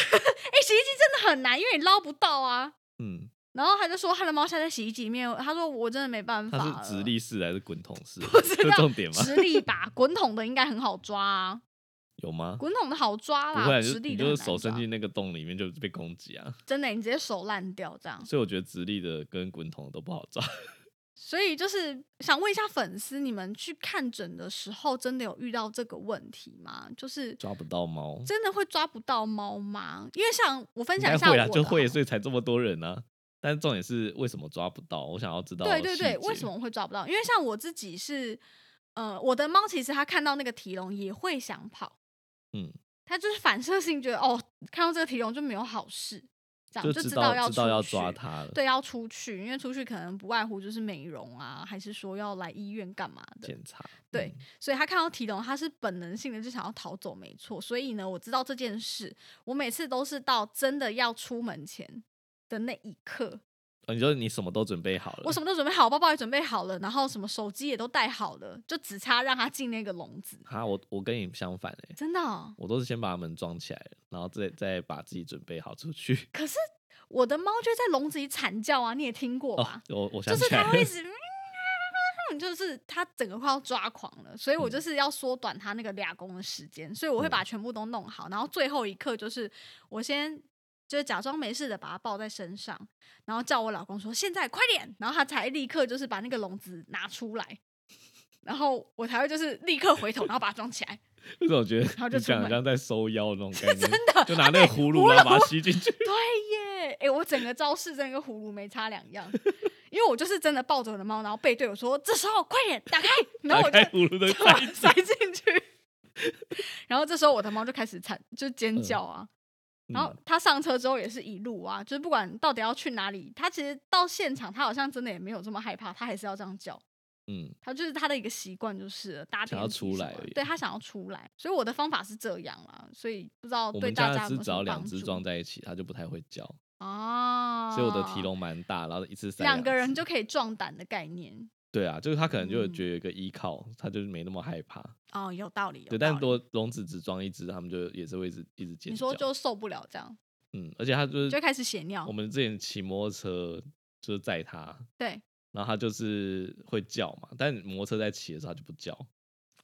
[SPEAKER 1] 机真的很难，因为你捞不到啊。
[SPEAKER 2] 嗯，
[SPEAKER 1] 然后他就说他的猫现在在洗衣机里面，他说我真的没办法
[SPEAKER 2] 它
[SPEAKER 1] 了。
[SPEAKER 2] 是直立式还是滚筒式？ 啊
[SPEAKER 1] 不知
[SPEAKER 2] 这
[SPEAKER 1] 道
[SPEAKER 2] 重点吗？
[SPEAKER 1] 直立吧，滚筒的应该很好抓啊。
[SPEAKER 2] 有吗？
[SPEAKER 1] 滚筒的好抓
[SPEAKER 2] 不会啊，
[SPEAKER 1] 啦，
[SPEAKER 2] 就
[SPEAKER 1] 直
[SPEAKER 2] 你
[SPEAKER 1] 立的
[SPEAKER 2] 就
[SPEAKER 1] 很
[SPEAKER 2] 是手
[SPEAKER 1] 难
[SPEAKER 2] 伸
[SPEAKER 1] 抓，
[SPEAKER 2] 进那个洞里面就被攻击啊。
[SPEAKER 1] 真的你直接手烂掉这样。
[SPEAKER 2] 所以我觉得直立的跟滚筒都不好抓。
[SPEAKER 1] 所以就是想问一下粉丝，你们去看诊的时候，真的有遇到这个问题吗？就是
[SPEAKER 2] 抓不到猫，
[SPEAKER 1] 真的会抓不到猫吗？因为像我分
[SPEAKER 2] 应
[SPEAKER 1] 享
[SPEAKER 2] 该
[SPEAKER 1] 一下我
[SPEAKER 2] 会
[SPEAKER 1] 的
[SPEAKER 2] 啊，就
[SPEAKER 1] 好了
[SPEAKER 2] 会，所以才这么多人啊。但重点是为什么抓不到？我想要知道。
[SPEAKER 1] 对对对，为什？么会抓不到？因为像我自己是，呃，我的猫其实它看到那个提笼也会想跑，
[SPEAKER 2] 嗯，
[SPEAKER 1] 它就是反射性觉得哦，看到这个提笼就没有好事，这样
[SPEAKER 2] 就
[SPEAKER 1] 就
[SPEAKER 2] 知
[SPEAKER 1] 道
[SPEAKER 2] 道知道
[SPEAKER 1] 要
[SPEAKER 2] 要
[SPEAKER 1] 出去
[SPEAKER 2] 抓它了，
[SPEAKER 1] 对，要出去，因为出去可能不外乎就是美容啊，还是说要来医院干嘛的。
[SPEAKER 2] 检查。嗯
[SPEAKER 1] 对，所以他看到提笼，他是本能性的就想要逃走，没错。所以呢，我知道这件事，我每次都是到真的要出门前的那一刻，
[SPEAKER 2] 哦，你说你什么都准备好了，
[SPEAKER 1] 我什么都准备好，包包也准备好了，然后什么手机也都带好了，就只差让他进那个笼子。
[SPEAKER 2] 啊，我我跟你相反哎、
[SPEAKER 1] 真的哦、
[SPEAKER 2] 我都是先把门装起来，然后再再把自己准备好出去。
[SPEAKER 1] 可是我的猫就会在笼子里惨叫啊，你也听过
[SPEAKER 2] 哦
[SPEAKER 1] 吧？，
[SPEAKER 2] 我我
[SPEAKER 1] 就
[SPEAKER 2] 想
[SPEAKER 1] 是
[SPEAKER 2] 起来
[SPEAKER 1] 它
[SPEAKER 2] 了，
[SPEAKER 1] 会一直。就是它整个快要抓狂了，所以我
[SPEAKER 2] 嗯
[SPEAKER 1] 就是要缩短它那个俩工的时间，所以我会把全部都弄好，然后最后一刻就是我先就是假装没事的把它抱在身上，然后叫我老公说现在快点，然后他才立刻就是把那个笼子拿出来，然后我才会就是立刻回头，然后把它装起来，
[SPEAKER 2] 为什么我觉得
[SPEAKER 1] 后就
[SPEAKER 2] 你
[SPEAKER 1] 出
[SPEAKER 2] 讲得
[SPEAKER 1] 门
[SPEAKER 2] 像在收腰 那种概念？
[SPEAKER 1] 真的
[SPEAKER 2] 就拿那个葫芦，
[SPEAKER 1] 葫
[SPEAKER 2] 然后把
[SPEAKER 1] 芦
[SPEAKER 2] 它吸进去。
[SPEAKER 1] 对耶，哎、我整个招式真的跟葫芦没差两样，因为我就是真的抱着我的猫，然后背对我说：“这时候快点打开。” 然后
[SPEAKER 2] 打
[SPEAKER 1] 我就
[SPEAKER 2] 开葫芦 的
[SPEAKER 1] 就把
[SPEAKER 2] 塞
[SPEAKER 1] 它塞进去，然后这时候我的猫就开始惨，就
[SPEAKER 2] 嗯
[SPEAKER 1] 尖叫啊。然后它上车之后也是一路啊，就是不管到底要去哪里，它其实到现场它好像真的也没有这么害怕，它还是要这样叫。
[SPEAKER 2] 嗯，
[SPEAKER 1] 它就是它的一个习惯，就是搭
[SPEAKER 2] 想
[SPEAKER 1] 电
[SPEAKER 2] 要
[SPEAKER 1] 梯
[SPEAKER 2] 出
[SPEAKER 1] 什
[SPEAKER 2] 来
[SPEAKER 1] 么
[SPEAKER 2] 而已
[SPEAKER 1] 对它想要出来，所以我的方法是这样啦，所以不知道
[SPEAKER 2] 我
[SPEAKER 1] 对
[SPEAKER 2] 们
[SPEAKER 1] 大
[SPEAKER 2] 家
[SPEAKER 1] 家有
[SPEAKER 2] 是
[SPEAKER 1] 没
[SPEAKER 2] 只
[SPEAKER 1] 有
[SPEAKER 2] 要
[SPEAKER 1] 什么
[SPEAKER 2] 两
[SPEAKER 1] 帮
[SPEAKER 2] 只
[SPEAKER 1] 助
[SPEAKER 2] 装在一起，它就不太会叫，
[SPEAKER 1] 哦，
[SPEAKER 2] 所以我的提笼蛮大，然后一次塞
[SPEAKER 1] 两个
[SPEAKER 2] 只
[SPEAKER 1] 人就可以壮胆的概 念
[SPEAKER 2] 对啊，就是它可能就有
[SPEAKER 1] 嗯
[SPEAKER 2] 觉得有一个依靠，它就是没那么害怕。
[SPEAKER 1] 哦，有道理。有
[SPEAKER 2] 对，但
[SPEAKER 1] 道
[SPEAKER 2] 是
[SPEAKER 1] 理
[SPEAKER 2] 多笼子只装一只，它们就也是会一直一直尖叫。
[SPEAKER 1] 你说就受不了这样，
[SPEAKER 2] 嗯，而且它就是
[SPEAKER 1] 就开始血尿
[SPEAKER 2] 我们之前骑摩托车就是载它，
[SPEAKER 1] 对，
[SPEAKER 2] 然后它就是会叫嘛，但摩托车在骑的时候它就不叫。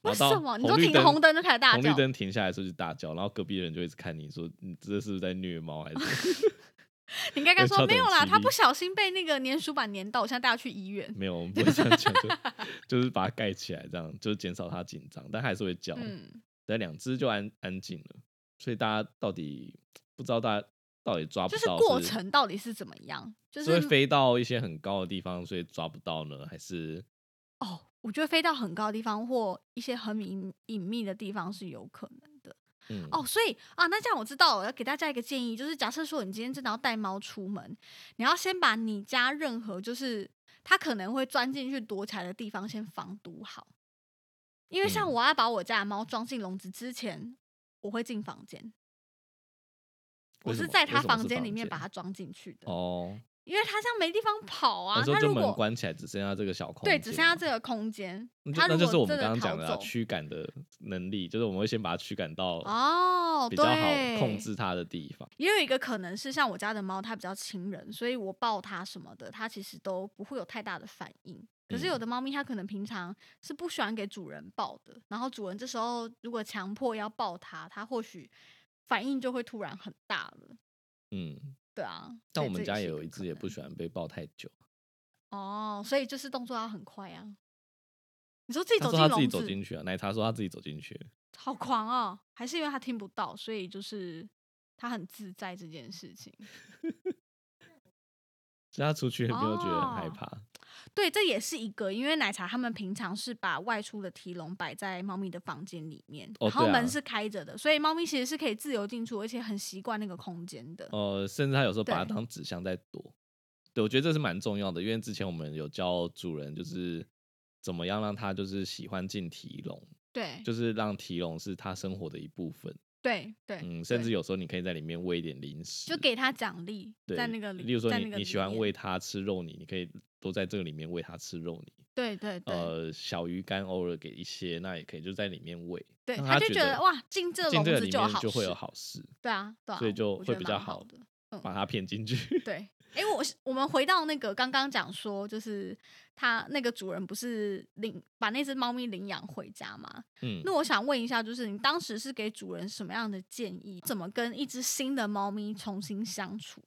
[SPEAKER 1] 为
[SPEAKER 2] 然后到
[SPEAKER 1] 什么你说
[SPEAKER 2] 绿
[SPEAKER 1] 停红灯就开始大
[SPEAKER 2] 红绿
[SPEAKER 1] 叫
[SPEAKER 2] 灯停下来的时候就大叫，然后隔壁的人就一直看你说你这是不是在虐猫还是
[SPEAKER 1] 你刚刚
[SPEAKER 2] 超
[SPEAKER 1] 说没
[SPEAKER 2] 等
[SPEAKER 1] 有啦，
[SPEAKER 2] 级
[SPEAKER 1] 他不小心被那个粘鼠板粘到，我现在带他去医院。
[SPEAKER 2] 没有？我们不会这样讲，就就是把它盖起来，这样就是减少它紧张，但还是会叫。
[SPEAKER 1] 嗯，
[SPEAKER 2] 但两只就安安静了，所以大家到底不知道大家到底抓不
[SPEAKER 1] 就是
[SPEAKER 2] 到
[SPEAKER 1] 过程到底是怎么样？就是是
[SPEAKER 2] 会飞到一些很高的地方，所以抓不到呢，还是
[SPEAKER 1] 哦，我觉得飞到很高的地方或一些很隐隐秘的地方是有可能的。
[SPEAKER 2] 嗯
[SPEAKER 1] 哦，所以啊，那这样我知道了，要给大家一个建议，就是假设说你今天真的要带猫出门，你要先把你家任何就是它可能会钻进去躲起来的地方先防堵好，因为像
[SPEAKER 2] 嗯
[SPEAKER 1] 我要把我家的猫装进笼子之前，我会进房间，我
[SPEAKER 2] 为什
[SPEAKER 1] 是
[SPEAKER 2] 么
[SPEAKER 1] 在
[SPEAKER 2] 为
[SPEAKER 1] 它
[SPEAKER 2] 什么
[SPEAKER 1] 房
[SPEAKER 2] 是
[SPEAKER 1] 间里
[SPEAKER 2] 房
[SPEAKER 1] 面把
[SPEAKER 2] 间
[SPEAKER 1] 它装进去的，
[SPEAKER 2] 哦，
[SPEAKER 1] 因为它这样没地方跑啊，
[SPEAKER 2] 那时
[SPEAKER 1] 它
[SPEAKER 2] 候
[SPEAKER 1] 如
[SPEAKER 2] 就门
[SPEAKER 1] 果
[SPEAKER 2] 关起来，只剩下这个小空间
[SPEAKER 1] 对
[SPEAKER 2] 了，
[SPEAKER 1] 只剩下这个空间
[SPEAKER 2] 那，就
[SPEAKER 1] 它
[SPEAKER 2] 那
[SPEAKER 1] 如
[SPEAKER 2] 就是我
[SPEAKER 1] 果
[SPEAKER 2] 们
[SPEAKER 1] 真
[SPEAKER 2] 刚刚
[SPEAKER 1] 逃
[SPEAKER 2] 讲的啊
[SPEAKER 1] 走，
[SPEAKER 2] 驱赶的能力，就是我们会先把它驱赶到
[SPEAKER 1] 哦，
[SPEAKER 2] 比较好
[SPEAKER 1] 对
[SPEAKER 2] 控制它的地方。
[SPEAKER 1] 也有一个可能是像我家的猫，它比较亲人，所以我抱它什么的，它其实都不会有太大的反应。可
[SPEAKER 2] 嗯
[SPEAKER 1] 是有的猫咪它可能平常是不喜欢给主人抱的，然后主人这时候如果强迫要抱它，它或许反应就会突然很大了。
[SPEAKER 2] 嗯，
[SPEAKER 1] 对啊，
[SPEAKER 2] 但
[SPEAKER 1] 所以
[SPEAKER 2] 我们
[SPEAKER 1] 这
[SPEAKER 2] 家
[SPEAKER 1] 是
[SPEAKER 2] 也有
[SPEAKER 1] 个
[SPEAKER 2] 一
[SPEAKER 1] 可
[SPEAKER 2] 只也不
[SPEAKER 1] 能
[SPEAKER 2] 喜欢被抱太久，
[SPEAKER 1] 哦，所以就是动作要很快啊。你说自己
[SPEAKER 2] 他
[SPEAKER 1] 走
[SPEAKER 2] 说
[SPEAKER 1] 进
[SPEAKER 2] 他自己
[SPEAKER 1] 笼
[SPEAKER 2] 走
[SPEAKER 1] 子，
[SPEAKER 2] 进去啊，奶茶说他自己走进去了，
[SPEAKER 1] 好狂哦！还是因为它听不到，所以就是它很自在这件事情。
[SPEAKER 2] 所以他出去也没有觉得很害
[SPEAKER 1] 哦
[SPEAKER 2] 怕。
[SPEAKER 1] 对，这也是一个，因为奶茶他们平常是把外出的提笼摆在猫咪的房间里面，
[SPEAKER 2] 哦
[SPEAKER 1] 然后
[SPEAKER 2] 对啊
[SPEAKER 1] 门是开着的，所以猫咪其实是可以自由进出，而且很习惯那个空间的。
[SPEAKER 2] 呃，甚至他有时候把它
[SPEAKER 1] 对
[SPEAKER 2] 当纸箱在躲。对，我觉得这是蛮重要的，因为之前我们有教主人就是怎么样让他就是喜欢进提笼，
[SPEAKER 1] 对，
[SPEAKER 2] 就是让提笼是他生活的一部分。
[SPEAKER 1] 对，对，
[SPEAKER 2] 嗯，甚
[SPEAKER 1] 对
[SPEAKER 2] 至有时候你可以在里面喂一点零食，
[SPEAKER 1] 就给它奖励，
[SPEAKER 2] 对
[SPEAKER 1] 在那个里，
[SPEAKER 2] 例如说
[SPEAKER 1] 在
[SPEAKER 2] 你
[SPEAKER 1] 那个
[SPEAKER 2] 你
[SPEAKER 1] 里
[SPEAKER 2] 喜欢
[SPEAKER 1] 面
[SPEAKER 2] 喂，它吃肉泥，你可以都在这个里面喂它吃肉泥。
[SPEAKER 1] 对对对，
[SPEAKER 2] 呃，小鱼干偶尔给一些，那也可以就在里面喂，
[SPEAKER 1] 对，
[SPEAKER 2] 让
[SPEAKER 1] 他
[SPEAKER 2] 它
[SPEAKER 1] 就
[SPEAKER 2] 觉
[SPEAKER 1] 觉得哇，进这笼
[SPEAKER 2] 进这个
[SPEAKER 1] 子
[SPEAKER 2] 里
[SPEAKER 1] 有
[SPEAKER 2] 面
[SPEAKER 1] 好
[SPEAKER 2] 就会有
[SPEAKER 1] 事
[SPEAKER 2] 好事，
[SPEAKER 1] 对啊，对啊，
[SPEAKER 2] 所以就
[SPEAKER 1] 我觉
[SPEAKER 2] 会
[SPEAKER 1] 得
[SPEAKER 2] 比
[SPEAKER 1] 蛮
[SPEAKER 2] 较
[SPEAKER 1] 好
[SPEAKER 2] 好
[SPEAKER 1] 的。
[SPEAKER 2] 把它骗进去。
[SPEAKER 1] 对，哎、我我们回到那个刚刚讲说，就是他那个主人不是领把那只猫咪领养回家吗？
[SPEAKER 2] 嗯，
[SPEAKER 1] 那我想问一下，就是你当时是给主人什么样的建议？怎么跟一只新的猫咪重新相处？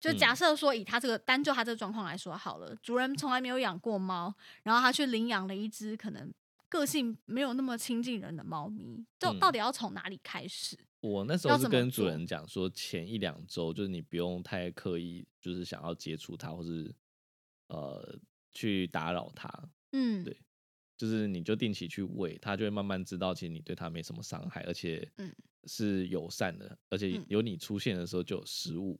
[SPEAKER 1] 就
[SPEAKER 2] 嗯
[SPEAKER 1] 假设说，以他这个单就他这个状况来说好了，主人从来没有养过猫，然后他去领养了一只可能个性没有那么亲近人的猫咪，就
[SPEAKER 2] 嗯
[SPEAKER 1] 到底要从哪里开始？
[SPEAKER 2] 我那时
[SPEAKER 1] 要
[SPEAKER 2] 候是
[SPEAKER 1] 怎么
[SPEAKER 2] 跟主
[SPEAKER 1] 做
[SPEAKER 2] 人讲说，前一两周就是你不用太刻意，就是想要接触它，或是呃去打扰它，
[SPEAKER 1] 嗯，
[SPEAKER 2] 对就是你就定期去喂它，就会慢慢知道，其实你对它没什么伤害，而且
[SPEAKER 1] 嗯
[SPEAKER 2] 是友善的，而且
[SPEAKER 1] 嗯
[SPEAKER 2] 有你出现的时候就有食物，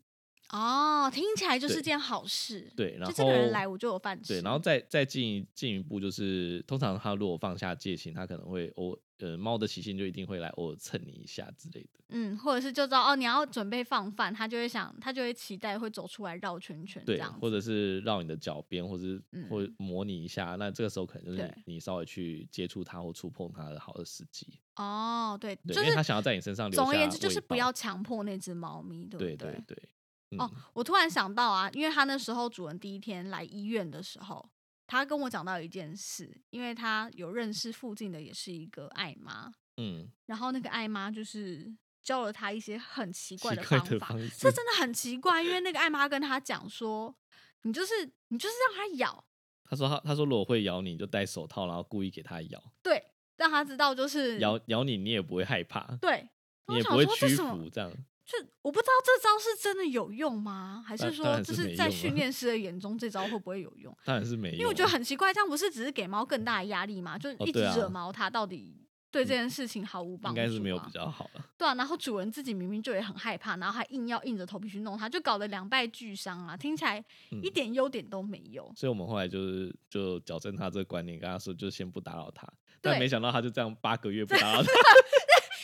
[SPEAKER 1] 哦，听起来就是
[SPEAKER 2] 对
[SPEAKER 1] 件好事。
[SPEAKER 2] 对然后
[SPEAKER 1] 就这个人来我就有饭吃。
[SPEAKER 2] 对，然后再再进一进一步就是，通常它如果放下戒心，它可能会偶呃猫的习性就一定会来偶尔蹭你一下之类的。
[SPEAKER 1] 嗯，或者是就知道哦，你要准备放饭，他就会想，他就会期待会走出来绕圈圈这
[SPEAKER 2] 对，
[SPEAKER 1] 样子。
[SPEAKER 2] 或者是绕你的脚边，或是、
[SPEAKER 1] 嗯
[SPEAKER 2] 或模拟一下，那这个时候可能就是
[SPEAKER 1] 对
[SPEAKER 2] 你你稍微去接触它或触碰它的好的时机，
[SPEAKER 1] 哦，对，
[SPEAKER 2] 对，
[SPEAKER 1] 就
[SPEAKER 2] 因为
[SPEAKER 1] 是
[SPEAKER 2] 它想要在你身上留
[SPEAKER 1] 总而言
[SPEAKER 2] 下
[SPEAKER 1] 之，就
[SPEAKER 2] 味
[SPEAKER 1] 是不
[SPEAKER 2] 道
[SPEAKER 1] 要强迫那只猫咪，对不
[SPEAKER 2] 对
[SPEAKER 1] 对
[SPEAKER 2] 对对，嗯、
[SPEAKER 1] 哦，我突然想到啊，因为他那时候主人第一天来医院的时候，他跟我讲到一件事，因为他有认识附近的也是一个爱妈，
[SPEAKER 2] 嗯，
[SPEAKER 1] 然后那个爱妈就是教了他一些很奇怪
[SPEAKER 2] 奇
[SPEAKER 1] 的
[SPEAKER 2] 怪
[SPEAKER 1] 方
[SPEAKER 2] 的
[SPEAKER 1] 法，
[SPEAKER 2] 方
[SPEAKER 1] 这
[SPEAKER 2] 式，
[SPEAKER 1] 真的很奇怪，因为那个艾妈跟他讲说，你就是你就是让他咬，
[SPEAKER 2] 他说他他说如果会咬你，就戴手套，然后故意给它咬，
[SPEAKER 1] 对，让他知道就是
[SPEAKER 2] 咬咬你你也不会害怕，
[SPEAKER 1] 对。
[SPEAKER 2] 你
[SPEAKER 1] 那
[SPEAKER 2] 也
[SPEAKER 1] 我
[SPEAKER 2] 不
[SPEAKER 1] 想
[SPEAKER 2] 会
[SPEAKER 1] 说这
[SPEAKER 2] 屈
[SPEAKER 1] 什么
[SPEAKER 2] 服，？这样
[SPEAKER 1] 就我不知道这招是真的有用吗？还
[SPEAKER 2] 当
[SPEAKER 1] 是
[SPEAKER 2] 当
[SPEAKER 1] 说，
[SPEAKER 2] 然
[SPEAKER 1] 就是
[SPEAKER 2] 没
[SPEAKER 1] 是在
[SPEAKER 2] 用啊
[SPEAKER 1] 训练师的眼中，这招会不会有用？
[SPEAKER 2] 当然是没用啊、
[SPEAKER 1] 因为我觉得很奇怪，这样不是只是给猫更大的压力吗？就
[SPEAKER 2] 哦
[SPEAKER 1] 一直
[SPEAKER 2] 对啊嗯
[SPEAKER 1] 惹毛它，到底对这件事情毫无帮
[SPEAKER 2] 应
[SPEAKER 1] 助吗？
[SPEAKER 2] 该是没有比较好了。
[SPEAKER 1] 对啊，然后主人自己明明就也很害怕，然后还硬要硬着头皮去弄它，就搞得两败俱伤啊！听起来
[SPEAKER 2] 嗯
[SPEAKER 1] 一点优点都没有。
[SPEAKER 2] 所以我们后来就是就矫正他这个观念，跟他说就先不打扰他，但
[SPEAKER 1] 对
[SPEAKER 2] 没想到他就这样八个月不打扰他。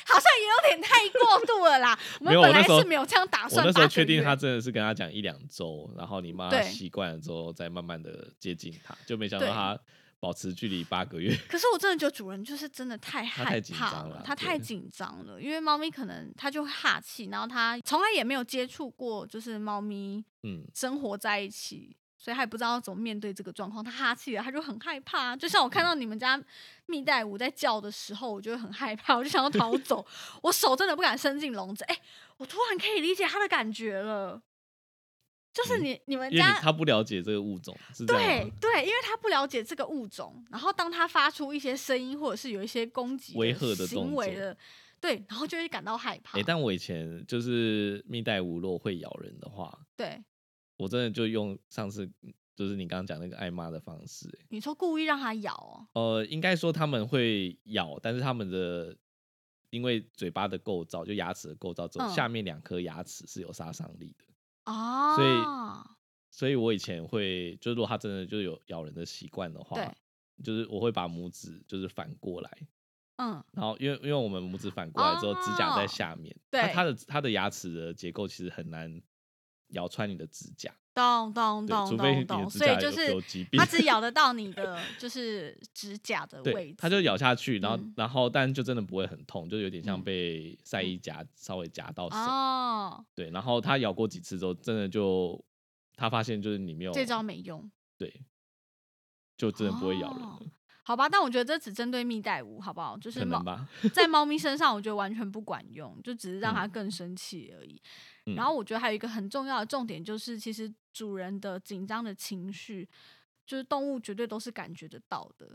[SPEAKER 1] 好像也有点太过度了啦。我
[SPEAKER 2] 没
[SPEAKER 1] 们
[SPEAKER 2] 有
[SPEAKER 1] 本
[SPEAKER 2] 我那
[SPEAKER 1] 来
[SPEAKER 2] 时候
[SPEAKER 1] 是没有这样打
[SPEAKER 2] 我
[SPEAKER 1] 算。
[SPEAKER 2] 那时候确定他，真的是跟他讲一两周，然后你妈
[SPEAKER 1] 对
[SPEAKER 2] 习惯了之后再慢慢的接近他，就没想到
[SPEAKER 1] 对
[SPEAKER 2] 他保持距离八个月。
[SPEAKER 1] 可是我真的觉得主人就是真的太害
[SPEAKER 2] 他太紧
[SPEAKER 1] 怕
[SPEAKER 2] 张了
[SPEAKER 1] 他
[SPEAKER 2] 对
[SPEAKER 1] 太紧张了，因为猫咪可能它就会哈气，然后它从来也没有接触过，就是猫咪
[SPEAKER 2] 嗯，
[SPEAKER 1] 生活在一起。所以他也不知道怎么面对这个状况，他哈气了，他就很害怕啊、就像我看到你们家蜜袋鼯在叫的时候，我就会很害怕，我就想要逃 走，我手真的不敢伸进笼子。哎、我突然可以理解他的感觉了，就是
[SPEAKER 2] 嗯
[SPEAKER 1] 你、你们
[SPEAKER 2] 因为你
[SPEAKER 1] 家
[SPEAKER 2] 他不了解这个物种，是这样
[SPEAKER 1] 对
[SPEAKER 2] 吗？
[SPEAKER 1] 对，因为他不了解这个物种，然后当他发出一些声音或者是有一些攻击
[SPEAKER 2] 威吓的动
[SPEAKER 1] 行为
[SPEAKER 2] 作
[SPEAKER 1] 的，对，然后就会感到害怕。
[SPEAKER 2] 哎、但我以前就是蜜袋鼯，如果会咬人的话，
[SPEAKER 1] 对
[SPEAKER 2] 我真的就用上次就是你刚刚讲那个爱妈的方式、欸
[SPEAKER 1] 你说故意让他咬哦，
[SPEAKER 2] 呃，应该说他们会咬，但是他们的因为嘴巴的构造，就牙齿的构造之后，
[SPEAKER 1] 嗯
[SPEAKER 2] 下面两颗牙齿是有杀伤力的。
[SPEAKER 1] 哦，
[SPEAKER 2] 所以所以我以前会，就如果它真的就有咬人的习惯的话
[SPEAKER 1] 对，
[SPEAKER 2] 就是我会把拇指就是反过来，
[SPEAKER 1] 嗯，
[SPEAKER 2] 然后因为因为我们拇指反过来之后，
[SPEAKER 1] 哦
[SPEAKER 2] 指甲在下面，
[SPEAKER 1] 对
[SPEAKER 2] 它它的它的牙齿的结构其实很难咬穿你的指甲，
[SPEAKER 1] 咚咚
[SPEAKER 2] 对，
[SPEAKER 1] 咚
[SPEAKER 2] 除非你
[SPEAKER 1] 咚
[SPEAKER 2] 的
[SPEAKER 1] 咚，
[SPEAKER 2] 指
[SPEAKER 1] 所以
[SPEAKER 2] 甲
[SPEAKER 1] 就
[SPEAKER 2] 有
[SPEAKER 1] 是
[SPEAKER 2] 有疾病
[SPEAKER 1] 它，只咬得到 你的就是指甲的位
[SPEAKER 2] 对
[SPEAKER 1] 置，，
[SPEAKER 2] 它就咬下去，然后
[SPEAKER 1] 嗯
[SPEAKER 2] 然后但就真的不会很痛，就有点像
[SPEAKER 1] 嗯
[SPEAKER 2] 被晒衣夹稍微夹到手，
[SPEAKER 1] 哦，
[SPEAKER 2] 对，然后它咬过几次之后，真的就它发现就是你没有
[SPEAKER 1] 这招没用。
[SPEAKER 2] 对，就哦真的不会咬人了。
[SPEAKER 1] 哦好吧，但我觉得这只针对蜜袋鼯，好不好？就是
[SPEAKER 2] 可
[SPEAKER 1] 猫
[SPEAKER 2] 能吧。
[SPEAKER 1] 在猫咪身上，我觉得完全不管用，就只是让它更生气而已。
[SPEAKER 2] 嗯
[SPEAKER 1] 然后我觉得还有一个很重要的重点就是，其实主人的紧张的情绪，就是动物绝对都是感觉得到的。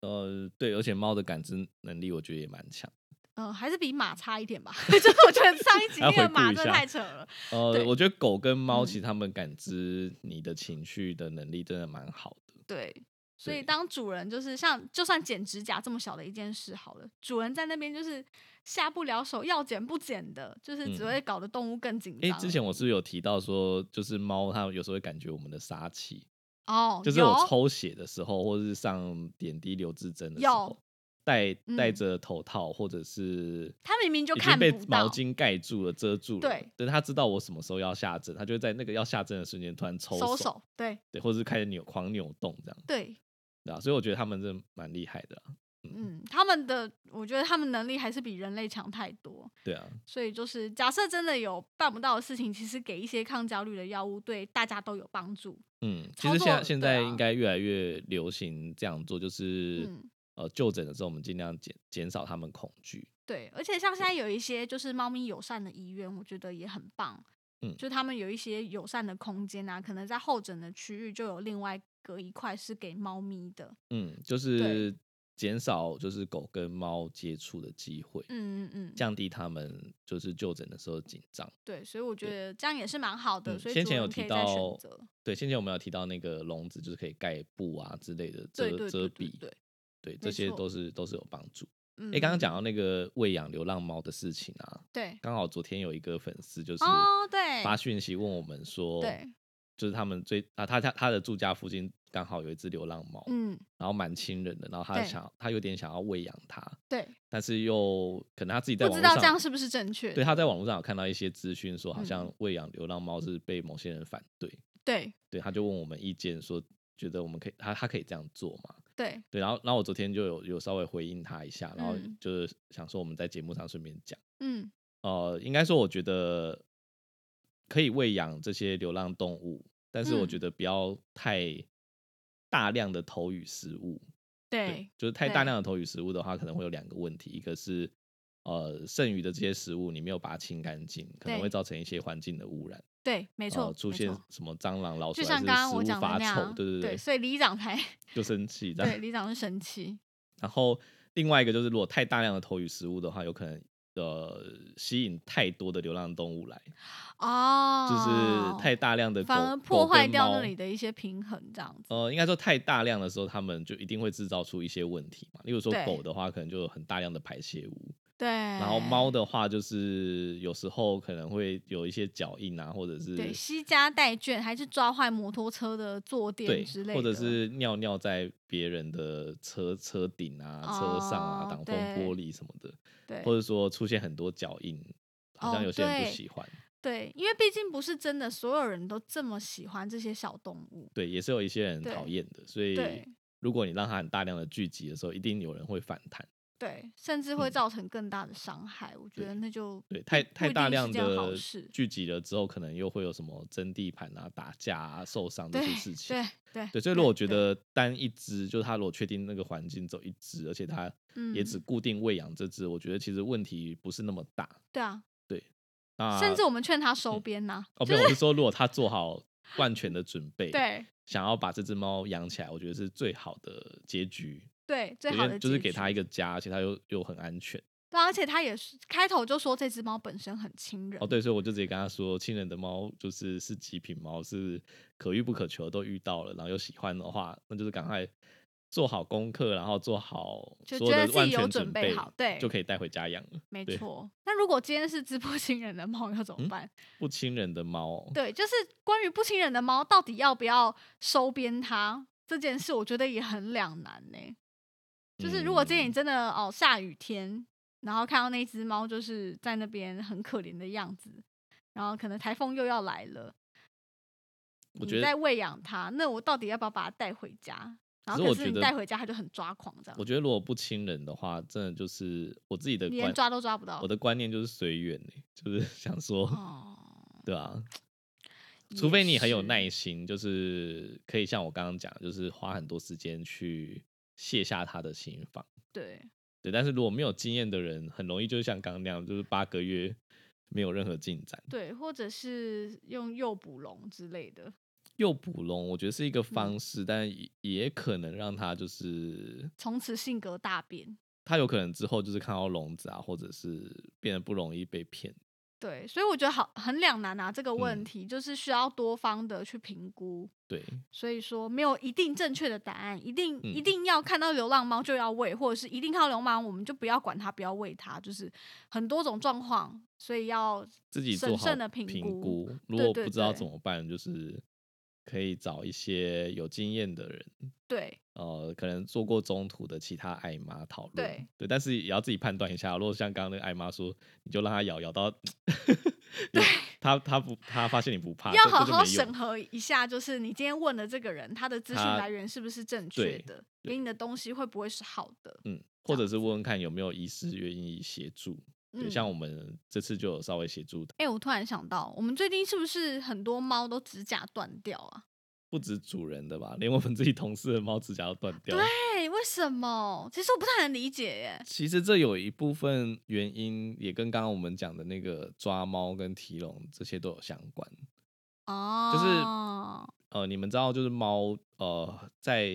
[SPEAKER 2] 呃，对，而且猫的感知能力我觉得也蛮强。
[SPEAKER 1] 呃，还是比马差一点吧。 就是我觉得上一 集
[SPEAKER 2] 来
[SPEAKER 1] 那
[SPEAKER 2] 嗯回
[SPEAKER 1] 个
[SPEAKER 2] 顾
[SPEAKER 1] 马
[SPEAKER 2] 一
[SPEAKER 1] 真的
[SPEAKER 2] 下
[SPEAKER 1] 太扯了。
[SPEAKER 2] 呃
[SPEAKER 1] 对，
[SPEAKER 2] 我觉得狗跟猫
[SPEAKER 1] 嗯
[SPEAKER 2] 其实它们感知你的情绪的能力真的蛮好的。
[SPEAKER 1] 对，所以
[SPEAKER 2] 对
[SPEAKER 1] 当主人就是像就算剪指甲这么小的一件事好了，主人在那边就是下不了手，要剪不剪的，就是只
[SPEAKER 2] 嗯
[SPEAKER 1] 会搞得动物更紧
[SPEAKER 2] 哎、
[SPEAKER 1] 张。
[SPEAKER 2] 之前我是不是有提到说，就是猫它有时候会感觉我们的杀气，
[SPEAKER 1] 哦，
[SPEAKER 2] 就是
[SPEAKER 1] 有
[SPEAKER 2] 我抽血的时候，或者是上点滴留置针的时
[SPEAKER 1] 有
[SPEAKER 2] 候，戴戴
[SPEAKER 1] 嗯
[SPEAKER 2] 着头套或者是。
[SPEAKER 1] 它明明就
[SPEAKER 2] 已
[SPEAKER 1] 看
[SPEAKER 2] 经被
[SPEAKER 1] 不
[SPEAKER 2] 毛
[SPEAKER 1] 到
[SPEAKER 2] 巾盖住了，遮住了。
[SPEAKER 1] 对，
[SPEAKER 2] 但它知道我什么时候要下针，它就会在那个要下针的瞬间突然抽
[SPEAKER 1] 收手，对
[SPEAKER 2] 对，或者是开始扭狂扭动这样。
[SPEAKER 1] 对，
[SPEAKER 2] 对啊，所以我觉得他们真的蛮厉害的啊、
[SPEAKER 1] 嗯，他们的我觉得他们能力还是比人类强太多，
[SPEAKER 2] 对啊，
[SPEAKER 1] 所以就是假设真的有办不到的事情，其实给一些抗焦虑的药物对大家都有帮助。
[SPEAKER 2] 嗯，其
[SPEAKER 1] 操
[SPEAKER 2] 实现在
[SPEAKER 1] 作
[SPEAKER 2] 现
[SPEAKER 1] 对
[SPEAKER 2] 在
[SPEAKER 1] 啊
[SPEAKER 2] 应该越来越流行这样做，就是、
[SPEAKER 1] 嗯
[SPEAKER 2] 呃就诊的时候，我们尽量减减少他们恐惧。
[SPEAKER 1] 对，而且像现在有一些就是猫咪友善的医院，我觉得也很棒。
[SPEAKER 2] 嗯
[SPEAKER 1] 就他们有一些友善的空间啊，可能在候诊的区域就有另外隔一块是给猫咪的。
[SPEAKER 2] 嗯，就是减少就是狗跟猫接触的机会，
[SPEAKER 1] 嗯嗯嗯，
[SPEAKER 2] 降低他们就是就诊的时候紧张。
[SPEAKER 1] 对，所以我觉得这样也是蛮好的。
[SPEAKER 2] 嗯
[SPEAKER 1] 所以
[SPEAKER 2] 先
[SPEAKER 1] 主
[SPEAKER 2] 前有
[SPEAKER 1] 人
[SPEAKER 2] 提
[SPEAKER 1] 可以再
[SPEAKER 2] 到
[SPEAKER 1] 选择，
[SPEAKER 2] 对，先前我们有提到那个笼子，就是可以盖布啊之类的
[SPEAKER 1] 对
[SPEAKER 2] 遮
[SPEAKER 1] 对
[SPEAKER 2] 遮
[SPEAKER 1] 对
[SPEAKER 2] 蔽
[SPEAKER 1] 对，对，
[SPEAKER 2] 对，这
[SPEAKER 1] 没
[SPEAKER 2] 些
[SPEAKER 1] 错
[SPEAKER 2] 都是都是有帮助。
[SPEAKER 1] 嗯，
[SPEAKER 2] 哎，刚
[SPEAKER 1] 嗯
[SPEAKER 2] 刚讲到那个喂养流浪猫的事情啊，
[SPEAKER 1] 对
[SPEAKER 2] 刚好昨天有一个粉丝就是
[SPEAKER 1] 哦对
[SPEAKER 2] 发讯息问我们说，
[SPEAKER 1] 对，
[SPEAKER 2] 就是他们最啊，他他他的住家附近刚好有一只流浪猫，
[SPEAKER 1] 嗯
[SPEAKER 2] 然后蛮亲人的，然后他
[SPEAKER 1] 对
[SPEAKER 2] 想他有点想要喂养它，
[SPEAKER 1] 对，
[SPEAKER 2] 但是又可能他自己在
[SPEAKER 1] 不
[SPEAKER 2] 网
[SPEAKER 1] 知
[SPEAKER 2] 络
[SPEAKER 1] 道这样
[SPEAKER 2] 上，
[SPEAKER 1] 是不是正确的？
[SPEAKER 2] 对他在网络上有看到一些资讯说，好
[SPEAKER 1] 嗯
[SPEAKER 2] 像喂养流浪猫是被某些人反对，
[SPEAKER 1] 对
[SPEAKER 2] 对，他就问我们意见说，觉得我们可以他他可以这样做嘛？
[SPEAKER 1] 对
[SPEAKER 2] 对，然后然后我昨天就有有稍微回应他一下，然后
[SPEAKER 1] 嗯
[SPEAKER 2] 就是想说我们在节目上顺便讲，
[SPEAKER 1] 嗯
[SPEAKER 2] 呃，应该说我觉得可以喂养这些流浪动物，但是我
[SPEAKER 1] 嗯
[SPEAKER 2] 觉得不要太大量的投予食物，对
[SPEAKER 1] 对，
[SPEAKER 2] 就是太大
[SPEAKER 1] 对
[SPEAKER 2] 量的投予食物的话，可能会有两个问题，一个是呃剩余的这些食物你没有把它清干净，可能
[SPEAKER 1] 对
[SPEAKER 2] 会造成一些环境的污染，
[SPEAKER 1] 对，没
[SPEAKER 2] 没
[SPEAKER 1] 错，
[SPEAKER 2] 呃出
[SPEAKER 1] 没
[SPEAKER 2] 现
[SPEAKER 1] 错
[SPEAKER 2] 什么蟑螂、老鼠，
[SPEAKER 1] 就像刚刚我
[SPEAKER 2] 食物
[SPEAKER 1] 讲的
[SPEAKER 2] 发
[SPEAKER 1] 那
[SPEAKER 2] 臭，
[SPEAKER 1] 样，
[SPEAKER 2] 对对
[SPEAKER 1] 所以里长 才
[SPEAKER 2] 就 生气这
[SPEAKER 1] 对
[SPEAKER 2] 样。
[SPEAKER 1] 里长是神奇，
[SPEAKER 2] 然后另外一个就是，如果太大量的投予食物的话，有可能呃吸引太多的流浪动物来，
[SPEAKER 1] 哦，
[SPEAKER 2] 就是太大量的狗
[SPEAKER 1] 反而破坏掉那。
[SPEAKER 2] 狗跟
[SPEAKER 1] 里
[SPEAKER 2] 猫
[SPEAKER 1] 的一些平衡，这样子。
[SPEAKER 2] 呃，应该说太大量的时候，他们就一定会制造出一些问题嘛。例如说
[SPEAKER 1] 对
[SPEAKER 2] 狗的话，可能就有很大量的排泄物，
[SPEAKER 1] 对，
[SPEAKER 2] 然
[SPEAKER 1] 然
[SPEAKER 2] 后猫的话，就是有时候可能会有一些脚印啊，或者是
[SPEAKER 1] 对惜家带眷，还是抓坏摩托车的坐
[SPEAKER 2] 对
[SPEAKER 1] 垫之类的，
[SPEAKER 2] 或者是尿尿在别人的车车顶啊、车上啊、
[SPEAKER 1] 哦
[SPEAKER 2] 挡风
[SPEAKER 1] 对
[SPEAKER 2] 玻璃什么的，
[SPEAKER 1] 对
[SPEAKER 2] 或者说出现很多脚印，好像
[SPEAKER 1] 哦
[SPEAKER 2] 有些人不
[SPEAKER 1] 对
[SPEAKER 2] 喜欢。
[SPEAKER 1] 对，因为毕竟不是真的所有人都这么喜欢这些小动物，
[SPEAKER 2] 对，也是有一些人讨
[SPEAKER 1] 对
[SPEAKER 2] 厌的，所以
[SPEAKER 1] 对
[SPEAKER 2] 如果你让它很大量的聚集的时候，一定有人会反弹。
[SPEAKER 1] 对，甚至会
[SPEAKER 2] 嗯
[SPEAKER 1] 造成更大的伤害。我觉
[SPEAKER 2] 对
[SPEAKER 1] 得那就
[SPEAKER 2] 对，
[SPEAKER 1] 不
[SPEAKER 2] 太
[SPEAKER 1] 嗯不
[SPEAKER 2] 太
[SPEAKER 1] 一
[SPEAKER 2] 大
[SPEAKER 1] 定
[SPEAKER 2] 量
[SPEAKER 1] 是件好
[SPEAKER 2] 的
[SPEAKER 1] 事，
[SPEAKER 2] 聚集了之后，可能又会有什么争地盘啊、打架啊、受伤这
[SPEAKER 1] 对
[SPEAKER 2] 些事情。
[SPEAKER 1] 对对
[SPEAKER 2] 对，所以如果我觉
[SPEAKER 1] 对
[SPEAKER 2] 得单一只，就是它如果确定那个环境走一只，而且它也只
[SPEAKER 1] 嗯
[SPEAKER 2] 固定喂养这只，我觉得其实问题不是那么大。
[SPEAKER 1] 对啊，
[SPEAKER 2] 那
[SPEAKER 1] 甚至我们劝他收编呐、
[SPEAKER 2] 啊哦，没有，我是说，如果它做好万全的 准备，，
[SPEAKER 1] 对
[SPEAKER 2] 想要把这只猫养起来，我觉得是最好的结局。
[SPEAKER 1] 对，最
[SPEAKER 2] 对
[SPEAKER 1] 好
[SPEAKER 2] 因为
[SPEAKER 1] 的
[SPEAKER 2] 就是
[SPEAKER 1] 结
[SPEAKER 2] 给它一
[SPEAKER 1] 局
[SPEAKER 2] 个家，而且它又又很安全。
[SPEAKER 1] 对啊，而且他也是开头就说这只猫本身很亲人，
[SPEAKER 2] 哦，对，所以我就直接跟他说，亲人的猫就是是极品猫，是可遇不可求，都遇到了，然后有喜欢的话，那就是赶快做好功课，然后做好
[SPEAKER 1] 就
[SPEAKER 2] 所有
[SPEAKER 1] 觉得
[SPEAKER 2] 的
[SPEAKER 1] 自己
[SPEAKER 2] 万
[SPEAKER 1] 有
[SPEAKER 2] 全
[SPEAKER 1] 准
[SPEAKER 2] 准
[SPEAKER 1] 备
[SPEAKER 2] 备，
[SPEAKER 1] 好对
[SPEAKER 2] 就可以带回家养了。
[SPEAKER 1] 没
[SPEAKER 2] 对
[SPEAKER 1] 错。那如果今天是直播亲人的猫要怎么
[SPEAKER 2] 嗯
[SPEAKER 1] 办？
[SPEAKER 2] 不亲人的猫，
[SPEAKER 1] 对，就是关于不亲人的猫到底要不要收编它这件事，我觉得也很两难呢、就是如果今天你
[SPEAKER 2] 嗯
[SPEAKER 1] 真的哦下雨天，然后看到那只猫就是在那边很可怜的样子，然后可能台风又要来了，
[SPEAKER 2] 我
[SPEAKER 1] 你
[SPEAKER 2] 觉
[SPEAKER 1] 在
[SPEAKER 2] 得，
[SPEAKER 1] 喂养它，那我到底要不要把它带回家？然
[SPEAKER 2] 可
[SPEAKER 1] 后可
[SPEAKER 2] 是我
[SPEAKER 1] 是
[SPEAKER 2] 觉
[SPEAKER 1] 你
[SPEAKER 2] 得
[SPEAKER 1] 带回家，它就很抓狂，这样
[SPEAKER 2] 我觉得如果不亲人的话，真的就是我自己的
[SPEAKER 1] 连
[SPEAKER 2] 观，
[SPEAKER 1] 抓都抓不到
[SPEAKER 2] 我。的观念就是随缘、欸，就是 想说，
[SPEAKER 1] 哦，
[SPEAKER 2] 对啊，
[SPEAKER 1] 也
[SPEAKER 2] 除非你很有耐
[SPEAKER 1] 是
[SPEAKER 2] 心，就是可以像我刚刚讲的，就是花很多时间去卸下他的心防。
[SPEAKER 1] 对，
[SPEAKER 2] 对，但是如果没有经验的人，很容易就像刚刚那样，就是八个月没有任何进展。
[SPEAKER 1] 对，或者是用诱捕笼之类的。
[SPEAKER 2] 诱捕笼，我觉得是一
[SPEAKER 1] 嗯
[SPEAKER 2] 个方式，但也也可能让他就是
[SPEAKER 1] 从此性格大变。
[SPEAKER 2] 他有可能之后就是看到笼子啊，或者是变得不容易被骗。
[SPEAKER 1] 对，所以我觉得好很两难啊，这个问
[SPEAKER 2] 嗯
[SPEAKER 1] 题、就是需要多方的去评估。
[SPEAKER 2] 对，
[SPEAKER 1] 所以说没有一定正确的答案，一定、
[SPEAKER 2] 嗯
[SPEAKER 1] 一定要看到流浪猫就要喂，或者是一定看到流浪猫我们就不要管它，不要喂它，就是很多种状况，所以要
[SPEAKER 2] 自己做
[SPEAKER 1] 审
[SPEAKER 2] 好
[SPEAKER 1] 慎的评
[SPEAKER 2] 评
[SPEAKER 1] 估。
[SPEAKER 2] 如
[SPEAKER 1] 对
[SPEAKER 2] 果
[SPEAKER 1] 对
[SPEAKER 2] 不知道
[SPEAKER 1] 对
[SPEAKER 2] 怎么办，就是可以找一些有经验的人，
[SPEAKER 1] 对
[SPEAKER 2] 呃，可能做过中途的其他爱妈讨论，
[SPEAKER 1] 对
[SPEAKER 2] 但是也要自己判断一下。如果像刚刚那个爱妈说，你就让它咬咬到，对，他他不他发现你不怕，
[SPEAKER 1] 要
[SPEAKER 2] 啊这
[SPEAKER 1] 好
[SPEAKER 2] 这就没
[SPEAKER 1] 好
[SPEAKER 2] 用
[SPEAKER 1] 审核一下，就是你今天问的这个人，他的资讯
[SPEAKER 2] 他
[SPEAKER 1] 来源是不是正确
[SPEAKER 2] 对
[SPEAKER 1] 的，
[SPEAKER 2] 对
[SPEAKER 1] 给你的东西会不会是好的？
[SPEAKER 2] 嗯，或者是问问看有没有医师愿意协助。对，
[SPEAKER 1] 嗯，
[SPEAKER 2] 像我们这次就有稍微协助他，
[SPEAKER 1] 哎、我突然想到，我们最近是不是很多猫都指甲断掉啊？
[SPEAKER 2] 不止主人的吧，连我们自己同事的猫指甲都断掉。
[SPEAKER 1] 对，为什么？其实我不太能理解耶。
[SPEAKER 2] 其实这有一部分原因也跟刚刚我们讲的那个抓猫跟提笼这些都有相关。
[SPEAKER 1] 哦，
[SPEAKER 2] 呃，你们知道，就是猫，呃，在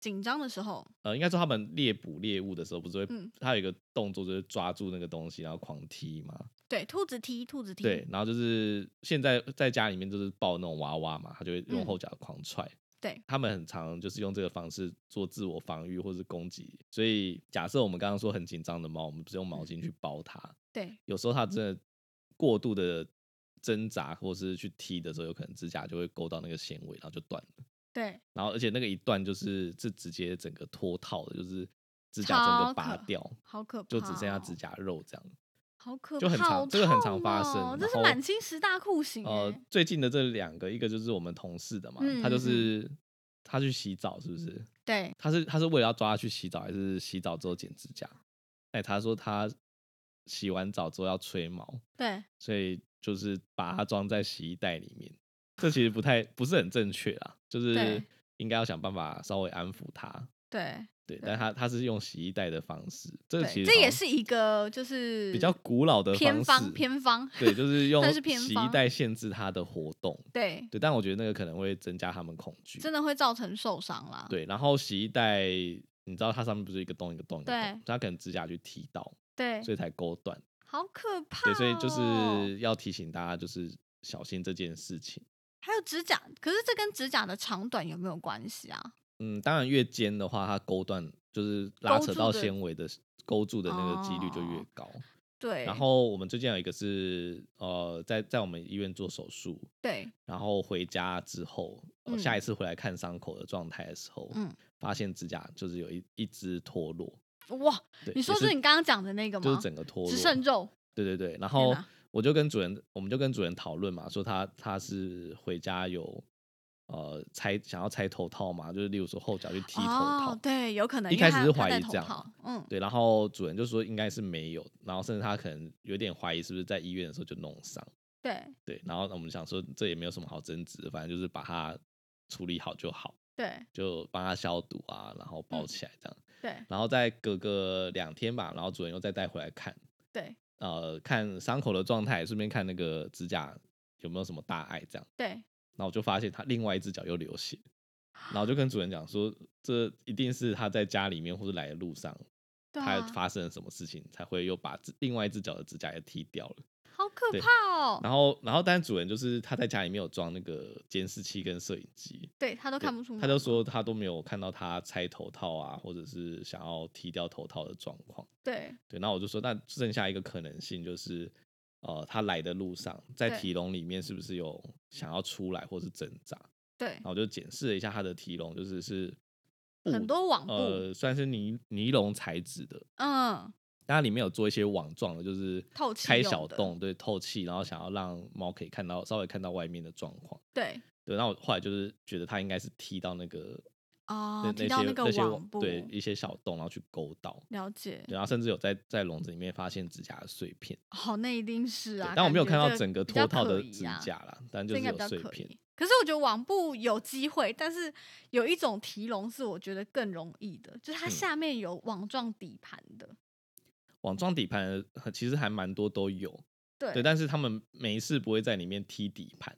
[SPEAKER 1] 紧张的时候，
[SPEAKER 2] 呃，应该说它们猎捕猎物的时候，不是会，
[SPEAKER 1] 嗯
[SPEAKER 2] 它有一个动作就是抓住那个东西，然后狂踢嘛。
[SPEAKER 1] 对，兔子踢，兔子踢，
[SPEAKER 2] 对，然后就是现在在家里面就是抱那种娃娃嘛，它就会用
[SPEAKER 1] 嗯
[SPEAKER 2] 后脚狂踹。
[SPEAKER 1] 对，
[SPEAKER 2] 他们很常就是用这个方式做自我防御或是攻击。所以假设我们刚刚说很紧张的猫，我们不是用毛
[SPEAKER 1] 嗯
[SPEAKER 2] 巾去包它，
[SPEAKER 1] 对，
[SPEAKER 2] 有时候它真的过度的挣扎或是去踢的时候，有可能指甲就会勾到那个纤维，然后就断了。
[SPEAKER 1] 对，
[SPEAKER 2] 然后而且那个一断就是是直接整个脱套的，就是指甲整
[SPEAKER 1] 超
[SPEAKER 2] 个拔
[SPEAKER 1] 可
[SPEAKER 2] 掉，
[SPEAKER 1] 好可怕、
[SPEAKER 2] 就只剩下指
[SPEAKER 1] 哦，
[SPEAKER 2] 甲肉这样。
[SPEAKER 1] 好可怕，
[SPEAKER 2] 就很常
[SPEAKER 1] 好
[SPEAKER 2] 这个很
[SPEAKER 1] 痛
[SPEAKER 2] 常发生
[SPEAKER 1] 哦这
[SPEAKER 2] 然
[SPEAKER 1] 是
[SPEAKER 2] 后
[SPEAKER 1] 满清十大酷刑耶、
[SPEAKER 2] 呃，最近的这两个，一个就是我们同事的嘛，
[SPEAKER 1] 嗯
[SPEAKER 2] 他就
[SPEAKER 1] 嗯嗯
[SPEAKER 2] 是他去洗澡，是不是？
[SPEAKER 1] 对，
[SPEAKER 2] 他是他是为了要抓他去洗澡，还是洗澡之后剪指甲？哎、他说他洗完澡之后要吹毛，
[SPEAKER 1] 对，
[SPEAKER 2] 所以就是把它装在洗衣袋里面。这其实不太不是很正确啦，就是
[SPEAKER 1] 对
[SPEAKER 2] 应该要想办法稍微安抚他。
[SPEAKER 1] 对，
[SPEAKER 2] 对，
[SPEAKER 1] 对
[SPEAKER 2] 但他他是用洗衣袋的方式，这个
[SPEAKER 1] 对
[SPEAKER 2] 其实
[SPEAKER 1] 这
[SPEAKER 2] 好
[SPEAKER 1] 也
[SPEAKER 2] 像
[SPEAKER 1] 是一个就是
[SPEAKER 2] 比较古老的
[SPEAKER 1] 偏
[SPEAKER 2] 方式
[SPEAKER 1] 方，偏方，
[SPEAKER 2] 对，就是用
[SPEAKER 1] 但是偏
[SPEAKER 2] 洗衣
[SPEAKER 1] 方
[SPEAKER 2] 袋限制他的活动。
[SPEAKER 1] 对，
[SPEAKER 2] 对，但我觉得那个可能会增加他们恐惧。
[SPEAKER 1] 真的会造成受伤啦。
[SPEAKER 2] 对，然后洗衣袋，你知道它上面不是一个洞一个洞一个
[SPEAKER 1] 对
[SPEAKER 2] 洞，所以它可能指甲去踢到，
[SPEAKER 1] 对，哦
[SPEAKER 2] 所以才勾断。
[SPEAKER 1] 好可怕、哦。
[SPEAKER 2] 对，所以就是要提醒大家，就是小心这件事情。
[SPEAKER 1] 还有指甲，可是这跟指甲的长短有没有关系啊？
[SPEAKER 2] 嗯，当然越尖的话，它勾断就是拉
[SPEAKER 1] 勾
[SPEAKER 2] 扯
[SPEAKER 1] 住
[SPEAKER 2] 到
[SPEAKER 1] 的
[SPEAKER 2] 纤维的勾住的那个几率就越
[SPEAKER 1] 哦
[SPEAKER 2] 高。
[SPEAKER 1] 对，
[SPEAKER 2] 然后我们最近有一个是呃，在在我们医院做手术，
[SPEAKER 1] 对，
[SPEAKER 2] 然后回家之后，呃
[SPEAKER 1] 嗯
[SPEAKER 2] 下一次回来看伤口的状态的时候，
[SPEAKER 1] 嗯，
[SPEAKER 2] 发现指甲就是有一一只脱落。
[SPEAKER 1] 哇，
[SPEAKER 2] 对，
[SPEAKER 1] 你
[SPEAKER 2] 也
[SPEAKER 1] 说
[SPEAKER 2] 是
[SPEAKER 1] 是你刚刚讲的那个吗？
[SPEAKER 2] 就是整个脱落，
[SPEAKER 1] 只剩肉，
[SPEAKER 2] 对对对，然后
[SPEAKER 1] 哪
[SPEAKER 2] 我就跟主人，我们就跟主人讨论嘛，说他他是回家有呃拆想要拆头套嘛，就是例如说后脚去踢头套，
[SPEAKER 1] 哦，对，有可能。
[SPEAKER 2] 一
[SPEAKER 1] 因为
[SPEAKER 2] 开始
[SPEAKER 1] 它
[SPEAKER 2] 是
[SPEAKER 1] 它
[SPEAKER 2] 怀
[SPEAKER 1] 戴
[SPEAKER 2] 疑
[SPEAKER 1] 头
[SPEAKER 2] 这样
[SPEAKER 1] 套
[SPEAKER 2] 嘛
[SPEAKER 1] 嗯，
[SPEAKER 2] 对然后主人就说应该是没有，然后甚至他可能有点怀疑是不是在医院的时候就弄伤，
[SPEAKER 1] 对
[SPEAKER 2] 对，然后我们想说这也没有什么好争执的，反正就是把它处理好就好，
[SPEAKER 1] 对
[SPEAKER 2] 就帮它消毒啊，然后包
[SPEAKER 1] 嗯
[SPEAKER 2] 起来这样，
[SPEAKER 1] 对
[SPEAKER 2] 然后再隔个两天吧，然后主人又再带回来看。
[SPEAKER 1] 对
[SPEAKER 2] 呃看伤口的状态，顺便看那个指甲有没有什么大碍这样。
[SPEAKER 1] 对，
[SPEAKER 2] 然后我就发现他另外一只脚又流血，然后就跟主人讲说，这一定是他在家里面或者来的路上，
[SPEAKER 1] 对
[SPEAKER 2] 他
[SPEAKER 1] 啊，
[SPEAKER 2] 发生了什么事情才会又把指另外一只脚的指甲也剃掉了。
[SPEAKER 1] 好可
[SPEAKER 2] 对
[SPEAKER 1] 怕哦。
[SPEAKER 2] 然后，然后但主人就是他在家里面有装那个监视器跟摄影机。
[SPEAKER 1] 对他都
[SPEAKER 2] 都
[SPEAKER 1] 看不出来，
[SPEAKER 2] 他就说他都没有看到他拆头套啊，或者是想要剃掉头套的状况。
[SPEAKER 1] 对
[SPEAKER 2] 对，那我就说，那剩下一个可能性就是，呃，他来的路上，在
[SPEAKER 1] 对
[SPEAKER 2] 提笼里面是不是有想要出来或是挣扎？
[SPEAKER 1] 对
[SPEAKER 2] 然后我就检视了一下他的提笼，就是是布
[SPEAKER 1] 很多网布，
[SPEAKER 2] 呃，算是尼尼龙材质的，
[SPEAKER 1] 嗯，
[SPEAKER 2] 但它里面有做一些网状的，就是
[SPEAKER 1] 透气
[SPEAKER 2] 开
[SPEAKER 1] 用
[SPEAKER 2] 小
[SPEAKER 1] 的
[SPEAKER 2] 洞，对，透气，然后想要让猫可以看到稍微看到外面的状况。
[SPEAKER 1] 对
[SPEAKER 2] 对，那我后来就是觉得它应该是踢到那个
[SPEAKER 1] 哦
[SPEAKER 2] 那，
[SPEAKER 1] 提
[SPEAKER 2] 那
[SPEAKER 1] 到
[SPEAKER 2] 些
[SPEAKER 1] 那个
[SPEAKER 2] 那些
[SPEAKER 1] 网布，
[SPEAKER 2] 对一些小洞，然后去勾到，
[SPEAKER 1] 了解，
[SPEAKER 2] 对然后甚至有在在笼子里面发现指甲的碎片。
[SPEAKER 1] 好，哦那一定是
[SPEAKER 2] 对
[SPEAKER 1] 啊。
[SPEAKER 2] 但我没有
[SPEAKER 1] 感
[SPEAKER 2] 看
[SPEAKER 1] 觉
[SPEAKER 2] 到
[SPEAKER 1] 这个
[SPEAKER 2] 整个
[SPEAKER 1] 比较
[SPEAKER 2] 脱套
[SPEAKER 1] 可
[SPEAKER 2] 的
[SPEAKER 1] 疑
[SPEAKER 2] 指
[SPEAKER 1] 啊
[SPEAKER 2] 甲啦，但就
[SPEAKER 1] 这应
[SPEAKER 2] 是
[SPEAKER 1] 该比
[SPEAKER 2] 有
[SPEAKER 1] 较
[SPEAKER 2] 碎
[SPEAKER 1] 可
[SPEAKER 2] 片。
[SPEAKER 1] 疑。可是我觉得网布有机会，但是有一种提笼是我觉得更容易的，就是它
[SPEAKER 2] 嗯
[SPEAKER 1] 下面有网状底盘的。
[SPEAKER 2] 网状底盘呃其实还蛮多都有，
[SPEAKER 1] 对
[SPEAKER 2] 对，但是他们没事不会在里面踢底盘。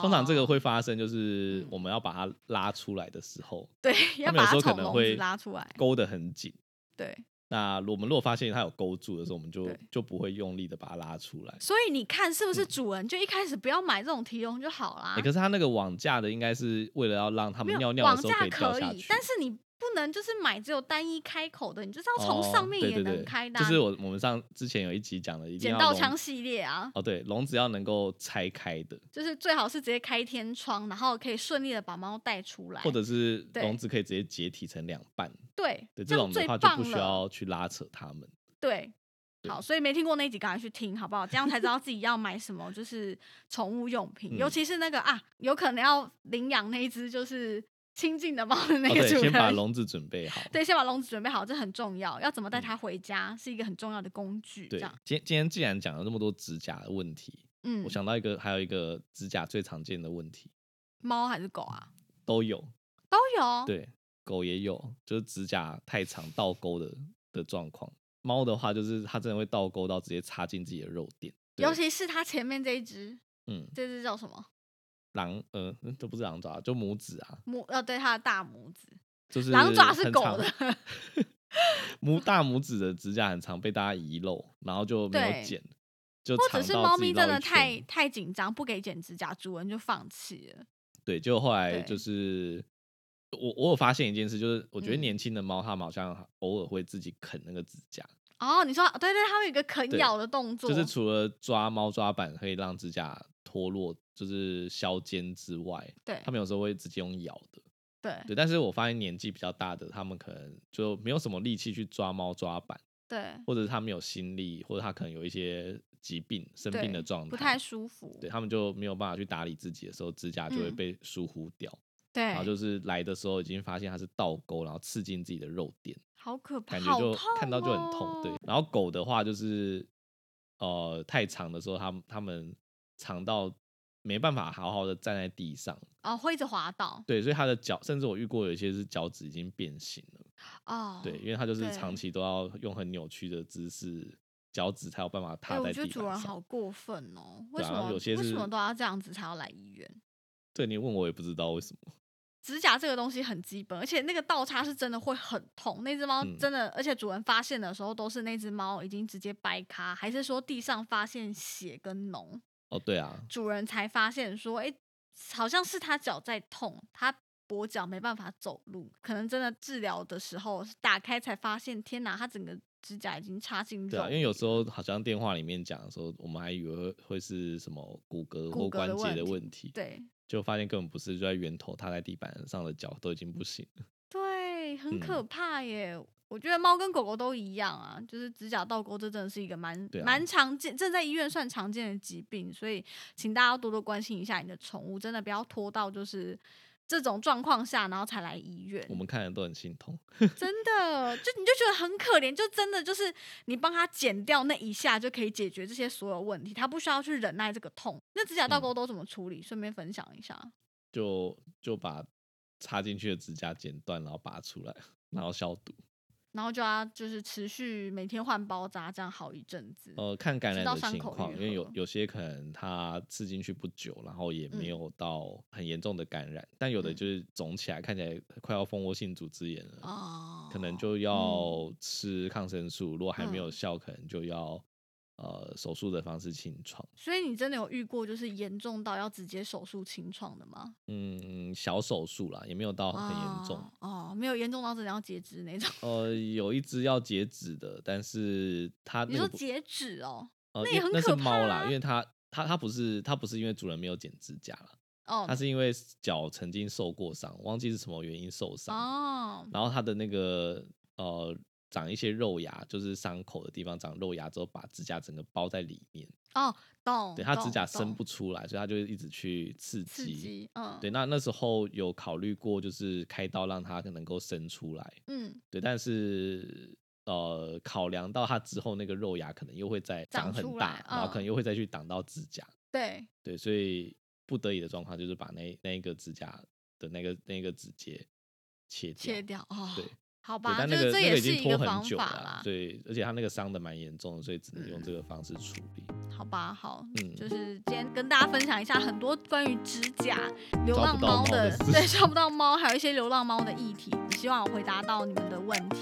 [SPEAKER 2] 通常这个
[SPEAKER 1] 哦
[SPEAKER 2] 会发生，就是
[SPEAKER 1] 嗯
[SPEAKER 2] 我们要把它拉出来的时候，
[SPEAKER 1] 对，
[SPEAKER 2] 他
[SPEAKER 1] 要
[SPEAKER 2] 们
[SPEAKER 1] 把它
[SPEAKER 2] 有时候可
[SPEAKER 1] 从
[SPEAKER 2] 能
[SPEAKER 1] 笼
[SPEAKER 2] 会
[SPEAKER 1] 子拉出来。
[SPEAKER 2] 勾得很紧。
[SPEAKER 1] 对，
[SPEAKER 2] 那我们如果发现它有勾住的时候，我们就
[SPEAKER 1] 对
[SPEAKER 2] 就不会用力的把它拉出来。
[SPEAKER 1] 所以你看是不是主人就一开始不要买这种提笼就好啦
[SPEAKER 2] 欸？嗯可是它那个网架的，应该是为了要让它
[SPEAKER 1] 啊没
[SPEAKER 2] 们
[SPEAKER 1] 有
[SPEAKER 2] 尿尿
[SPEAKER 1] 网
[SPEAKER 2] 的时候
[SPEAKER 1] 架
[SPEAKER 2] 以掉
[SPEAKER 1] 可
[SPEAKER 2] 下
[SPEAKER 1] 以
[SPEAKER 2] 去，。
[SPEAKER 1] 但是你不能就是买只有单一开口的，你就是要从
[SPEAKER 2] 哦
[SPEAKER 1] 上面
[SPEAKER 2] 对
[SPEAKER 1] 也
[SPEAKER 2] 对
[SPEAKER 1] 能
[SPEAKER 2] 对
[SPEAKER 1] 开的
[SPEAKER 2] 就
[SPEAKER 1] 啊。
[SPEAKER 2] 是我我们上之前有一集讲的，一定
[SPEAKER 1] 剪
[SPEAKER 2] 要
[SPEAKER 1] 刀
[SPEAKER 2] 笼
[SPEAKER 1] 枪系列啊，
[SPEAKER 2] 哦，对，笼子要能够拆开的。
[SPEAKER 1] 就是最好是直接开天窗，然后可以顺利的把猫带出来，
[SPEAKER 2] 或者是
[SPEAKER 1] 对
[SPEAKER 2] 笼子可以直接解体成两半，
[SPEAKER 1] 对
[SPEAKER 2] 对
[SPEAKER 1] 这
[SPEAKER 2] 这
[SPEAKER 1] 样
[SPEAKER 2] 种的
[SPEAKER 1] 最
[SPEAKER 2] 话就
[SPEAKER 1] 棒
[SPEAKER 2] 不需
[SPEAKER 1] 了
[SPEAKER 2] 要去拉扯它们。
[SPEAKER 1] 对，好，所以没听过那集，赶快去听，好不好？这样才知道自己要买什么，就是宠物用品，
[SPEAKER 2] 嗯
[SPEAKER 1] 尤其是那个啊，有可能要领养那一只就是亲近的猫的那
[SPEAKER 2] 哦
[SPEAKER 1] 个
[SPEAKER 2] 对
[SPEAKER 1] 主
[SPEAKER 2] 先
[SPEAKER 1] 人。
[SPEAKER 2] 把笼子准备好。
[SPEAKER 1] 对，先把笼子准备好，这很重要。要怎么带它回家、是一个很重要的工具。这
[SPEAKER 2] 对
[SPEAKER 1] 样，，
[SPEAKER 2] 今今天既然讲了那么多指甲的问题，
[SPEAKER 1] 嗯
[SPEAKER 2] 我，想到一个，还有一个指甲最常见的问题
[SPEAKER 1] 猫还是狗啊，
[SPEAKER 2] 都有，
[SPEAKER 1] 都有。
[SPEAKER 2] 对，狗也有，就是指甲太长倒钩的的状况。猫的话，就是它真的会倒钩到直接插进自己的肉垫。对
[SPEAKER 1] 尤其是它前面这一只，
[SPEAKER 2] 嗯，
[SPEAKER 1] 这只叫什么？
[SPEAKER 2] 狼呃嗯都不是狼爪，就拇指啊，
[SPEAKER 1] 拇呃，对，它的大拇指。
[SPEAKER 2] 就是
[SPEAKER 1] 狼爪是
[SPEAKER 2] 很
[SPEAKER 1] 狗
[SPEAKER 2] 常
[SPEAKER 1] 的，
[SPEAKER 2] 拇大拇指的指甲很常被大家遗漏，然后就没
[SPEAKER 1] 对
[SPEAKER 2] 有剪，就
[SPEAKER 1] 或
[SPEAKER 2] 长
[SPEAKER 1] 者是
[SPEAKER 2] 到
[SPEAKER 1] 猫
[SPEAKER 2] 自己
[SPEAKER 1] 咪
[SPEAKER 2] 绕
[SPEAKER 1] 真
[SPEAKER 2] 一
[SPEAKER 1] 的
[SPEAKER 2] 圈
[SPEAKER 1] 太太紧张，不给剪指甲，主人就放弃了。
[SPEAKER 2] 对，就后来
[SPEAKER 1] 对
[SPEAKER 2] 就是我我有发现一件事，就是我觉得
[SPEAKER 1] 嗯
[SPEAKER 2] 年轻的猫它们好像偶尔会自己啃那个指甲，
[SPEAKER 1] 哦，你说对对，它会有一个啃
[SPEAKER 2] 对
[SPEAKER 1] 咬的动作，
[SPEAKER 2] 就是除了抓猫抓板可以让指甲脱落，就是削尖之外，
[SPEAKER 1] 对
[SPEAKER 2] 它们有时候会直接用咬的。
[SPEAKER 1] 对
[SPEAKER 2] 对，但是我发现年纪比较大的，它们可能就没有什么力气去抓猫抓板，
[SPEAKER 1] 对
[SPEAKER 2] 或者是它们有心力，或者它可能有一些疾病生病的
[SPEAKER 1] 对
[SPEAKER 2] 状态，
[SPEAKER 1] 不太舒服。
[SPEAKER 2] 对他们就没有办法去打理自己的时候，指甲就会
[SPEAKER 1] 嗯
[SPEAKER 2] 被疏忽掉。
[SPEAKER 1] 对
[SPEAKER 2] 然后就是来的时候已经发现它是倒钩，然后刺进自己的肉垫，
[SPEAKER 1] 好可怕，
[SPEAKER 2] 感觉就
[SPEAKER 1] 好痛
[SPEAKER 2] 看到就很
[SPEAKER 1] 哦
[SPEAKER 2] 痛。对，，然后狗的话就是，呃，太长的时候，它们它们长到没办法好好的站在地上，
[SPEAKER 1] 哦，会一直滑倒
[SPEAKER 2] 对，所以它的脚，甚至我遇过有一些是脚趾已经变形了，
[SPEAKER 1] 哦。
[SPEAKER 2] 对，因为它就是
[SPEAKER 1] 对
[SPEAKER 2] 长期都要用很扭曲的姿势，脚趾才有办法
[SPEAKER 1] 哎、
[SPEAKER 2] 踏
[SPEAKER 1] 我
[SPEAKER 2] 在
[SPEAKER 1] 觉得
[SPEAKER 2] 地
[SPEAKER 1] 主人
[SPEAKER 2] 板
[SPEAKER 1] 好
[SPEAKER 2] 上。
[SPEAKER 1] 过分哦！为
[SPEAKER 2] 对
[SPEAKER 1] 什
[SPEAKER 2] 啊
[SPEAKER 1] 么
[SPEAKER 2] 有些
[SPEAKER 1] 为什
[SPEAKER 2] 是
[SPEAKER 1] 么都要这样子才要来医院？
[SPEAKER 2] 对你问我也不知道为什么，
[SPEAKER 1] 指甲这个东西很基本，而且那个倒插是真的会很痛。那只猫
[SPEAKER 2] 嗯
[SPEAKER 1] 真的，而且主人发现的时候，都是那只猫已经直接掰咖，还是说地上发现血跟脓，
[SPEAKER 2] 哦，对啊，
[SPEAKER 1] 主人才发现说，哎、好像是他脚在痛，他跛脚没办法走路，可能真的治疗的时候打开才发现，天哪，他整个指甲已经插进肉里
[SPEAKER 2] 对
[SPEAKER 1] 了。
[SPEAKER 2] 啊，因为有时候好像电话里面讲的时候，我们还以为会会是什么骨骼
[SPEAKER 1] 骨
[SPEAKER 2] 或
[SPEAKER 1] 骼
[SPEAKER 2] 关
[SPEAKER 1] 的
[SPEAKER 2] 节
[SPEAKER 1] 问
[SPEAKER 2] 的
[SPEAKER 1] 题
[SPEAKER 2] 问题，
[SPEAKER 1] 对
[SPEAKER 2] 就发现根本不是，就在源头，踏在地板上的脚都已经不行了。
[SPEAKER 1] 对，很
[SPEAKER 2] 嗯
[SPEAKER 1] 可怕耶。我觉得猫跟狗狗都一样啊，就是指甲倒钩，这真的是一个蛮
[SPEAKER 2] 对啊
[SPEAKER 1] 蛮、常见，正在医院算常见的疾病，所以请大家多多关心一下你的宠物，真的不要拖到就是这种状况下，然后才来医院。
[SPEAKER 2] 我们看人都很心痛，
[SPEAKER 1] 真的，就你就觉得很可怜，就真的就是你帮他剪掉那一下就可以解决这些所有问题，他不需要去忍耐这个痛。那指甲
[SPEAKER 2] 嗯
[SPEAKER 1] 倒钩都怎么处理？顺便分享一下。
[SPEAKER 2] 就就把插进去的指甲剪断，然后拔出来，然后消毒。
[SPEAKER 1] 然后就要就是持续每天换包扎，这样好一阵子。
[SPEAKER 2] 呃，看感
[SPEAKER 1] 直
[SPEAKER 2] 染
[SPEAKER 1] 到
[SPEAKER 2] 的
[SPEAKER 1] 伤
[SPEAKER 2] 情
[SPEAKER 1] 口
[SPEAKER 2] 况，
[SPEAKER 1] 愈
[SPEAKER 2] 因为有
[SPEAKER 1] 合
[SPEAKER 2] 有些可能它刺进去不久，然后也
[SPEAKER 1] 嗯
[SPEAKER 2] 没有到很严重的感染，但有的
[SPEAKER 1] 嗯
[SPEAKER 2] 就是肿起来，看起来快要蜂窝性组织炎了，
[SPEAKER 1] 哦，
[SPEAKER 2] 可能就要吃抗生素，如果还没有
[SPEAKER 1] 嗯
[SPEAKER 2] 效，可能就要呃手术的方式清创。
[SPEAKER 1] 所以你真的有遇过就是严重到要直接手术清创的吗？
[SPEAKER 2] 嗯，小手术啦，也没有到很严重。
[SPEAKER 1] 哦哦，没有严重到真的要截 肢那种。
[SPEAKER 2] 呃，有一只要截肢的，但是它
[SPEAKER 1] 你
[SPEAKER 2] 那
[SPEAKER 1] 说
[SPEAKER 2] 个不
[SPEAKER 1] 截止哦？
[SPEAKER 2] 呃，
[SPEAKER 1] 那
[SPEAKER 2] 因
[SPEAKER 1] 也
[SPEAKER 2] 为
[SPEAKER 1] 很
[SPEAKER 2] 那
[SPEAKER 1] 可
[SPEAKER 2] 是猫
[SPEAKER 1] 怕
[SPEAKER 2] 啦，
[SPEAKER 1] 啊
[SPEAKER 2] 因为它它它不是它不是因为主人没有剪指甲啦，
[SPEAKER 1] 哦，
[SPEAKER 2] 它是因为脚曾经受过伤，忘记是什么原因受伤，
[SPEAKER 1] 哦，
[SPEAKER 2] 然后它的那个呃长一些肉芽，就是伤口的地方长肉芽之后，把指甲整个包在里面，
[SPEAKER 1] 哦，懂。
[SPEAKER 2] 对，它指
[SPEAKER 1] 懂
[SPEAKER 2] 甲伸
[SPEAKER 1] 懂
[SPEAKER 2] 不出来，所以它就一直去刺
[SPEAKER 1] 刺激，嗯，
[SPEAKER 2] 对，，那那时候有考虑过，就是开刀让它能够伸出来，
[SPEAKER 1] 嗯，
[SPEAKER 2] 对，但是呃，考量到它之后那个肉芽可能又会再
[SPEAKER 1] 长
[SPEAKER 2] 长很
[SPEAKER 1] 出
[SPEAKER 2] 大
[SPEAKER 1] 来，
[SPEAKER 2] 然后可能
[SPEAKER 1] 嗯
[SPEAKER 2] 又会再去挡到指甲，
[SPEAKER 1] 对，
[SPEAKER 2] 对，所以不得已的状况就是把那那一个指甲的那个那个指节切掉，
[SPEAKER 1] 切掉哦。
[SPEAKER 2] 对，
[SPEAKER 1] 好
[SPEAKER 2] 对，
[SPEAKER 1] 吧，
[SPEAKER 2] 但
[SPEAKER 1] 就
[SPEAKER 2] 那
[SPEAKER 1] 是
[SPEAKER 2] 个
[SPEAKER 1] 这
[SPEAKER 2] 那
[SPEAKER 1] 也
[SPEAKER 2] 个已
[SPEAKER 1] 是
[SPEAKER 2] 经
[SPEAKER 1] 一
[SPEAKER 2] 拖
[SPEAKER 1] 个
[SPEAKER 2] 很
[SPEAKER 1] 方
[SPEAKER 2] 久
[SPEAKER 1] 法
[SPEAKER 2] 了
[SPEAKER 1] 啦，。
[SPEAKER 2] 对，而且它那个伤的蛮严重的，所以只能用
[SPEAKER 1] 嗯
[SPEAKER 2] 这个方式处理。
[SPEAKER 1] 好吧，好，
[SPEAKER 2] 嗯
[SPEAKER 1] 就是今天跟大家分享一下很多关于指甲、流
[SPEAKER 2] 找
[SPEAKER 1] 浪
[SPEAKER 2] 不到
[SPEAKER 1] 猫
[SPEAKER 2] 猫
[SPEAKER 1] 的
[SPEAKER 2] 的， 事
[SPEAKER 1] 对，找不到猫，还有一些流浪猫的议题，希望我回答到你们的问题。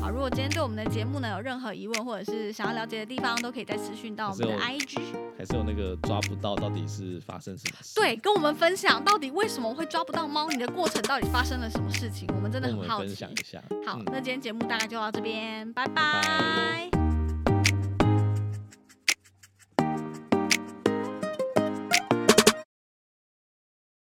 [SPEAKER 1] 好，如果今天对我们的节目呢有任何疑问，或者是想要了解的地方，都可以再私讯到我们的
[SPEAKER 2] 还
[SPEAKER 1] IG，
[SPEAKER 2] 还是有那个抓不到到底是发生什么事，
[SPEAKER 1] 嗯对，，跟我们分享到底为什么会抓不到猫，你的过程到底发生了什么事情，我们真的
[SPEAKER 2] 跟我
[SPEAKER 1] 很
[SPEAKER 2] 们
[SPEAKER 1] 好
[SPEAKER 2] 分
[SPEAKER 1] 奇
[SPEAKER 2] 享。一下。
[SPEAKER 1] 好，
[SPEAKER 2] 嗯
[SPEAKER 1] 那今天节目大概就到这边，拜
[SPEAKER 2] 拜
[SPEAKER 1] 拜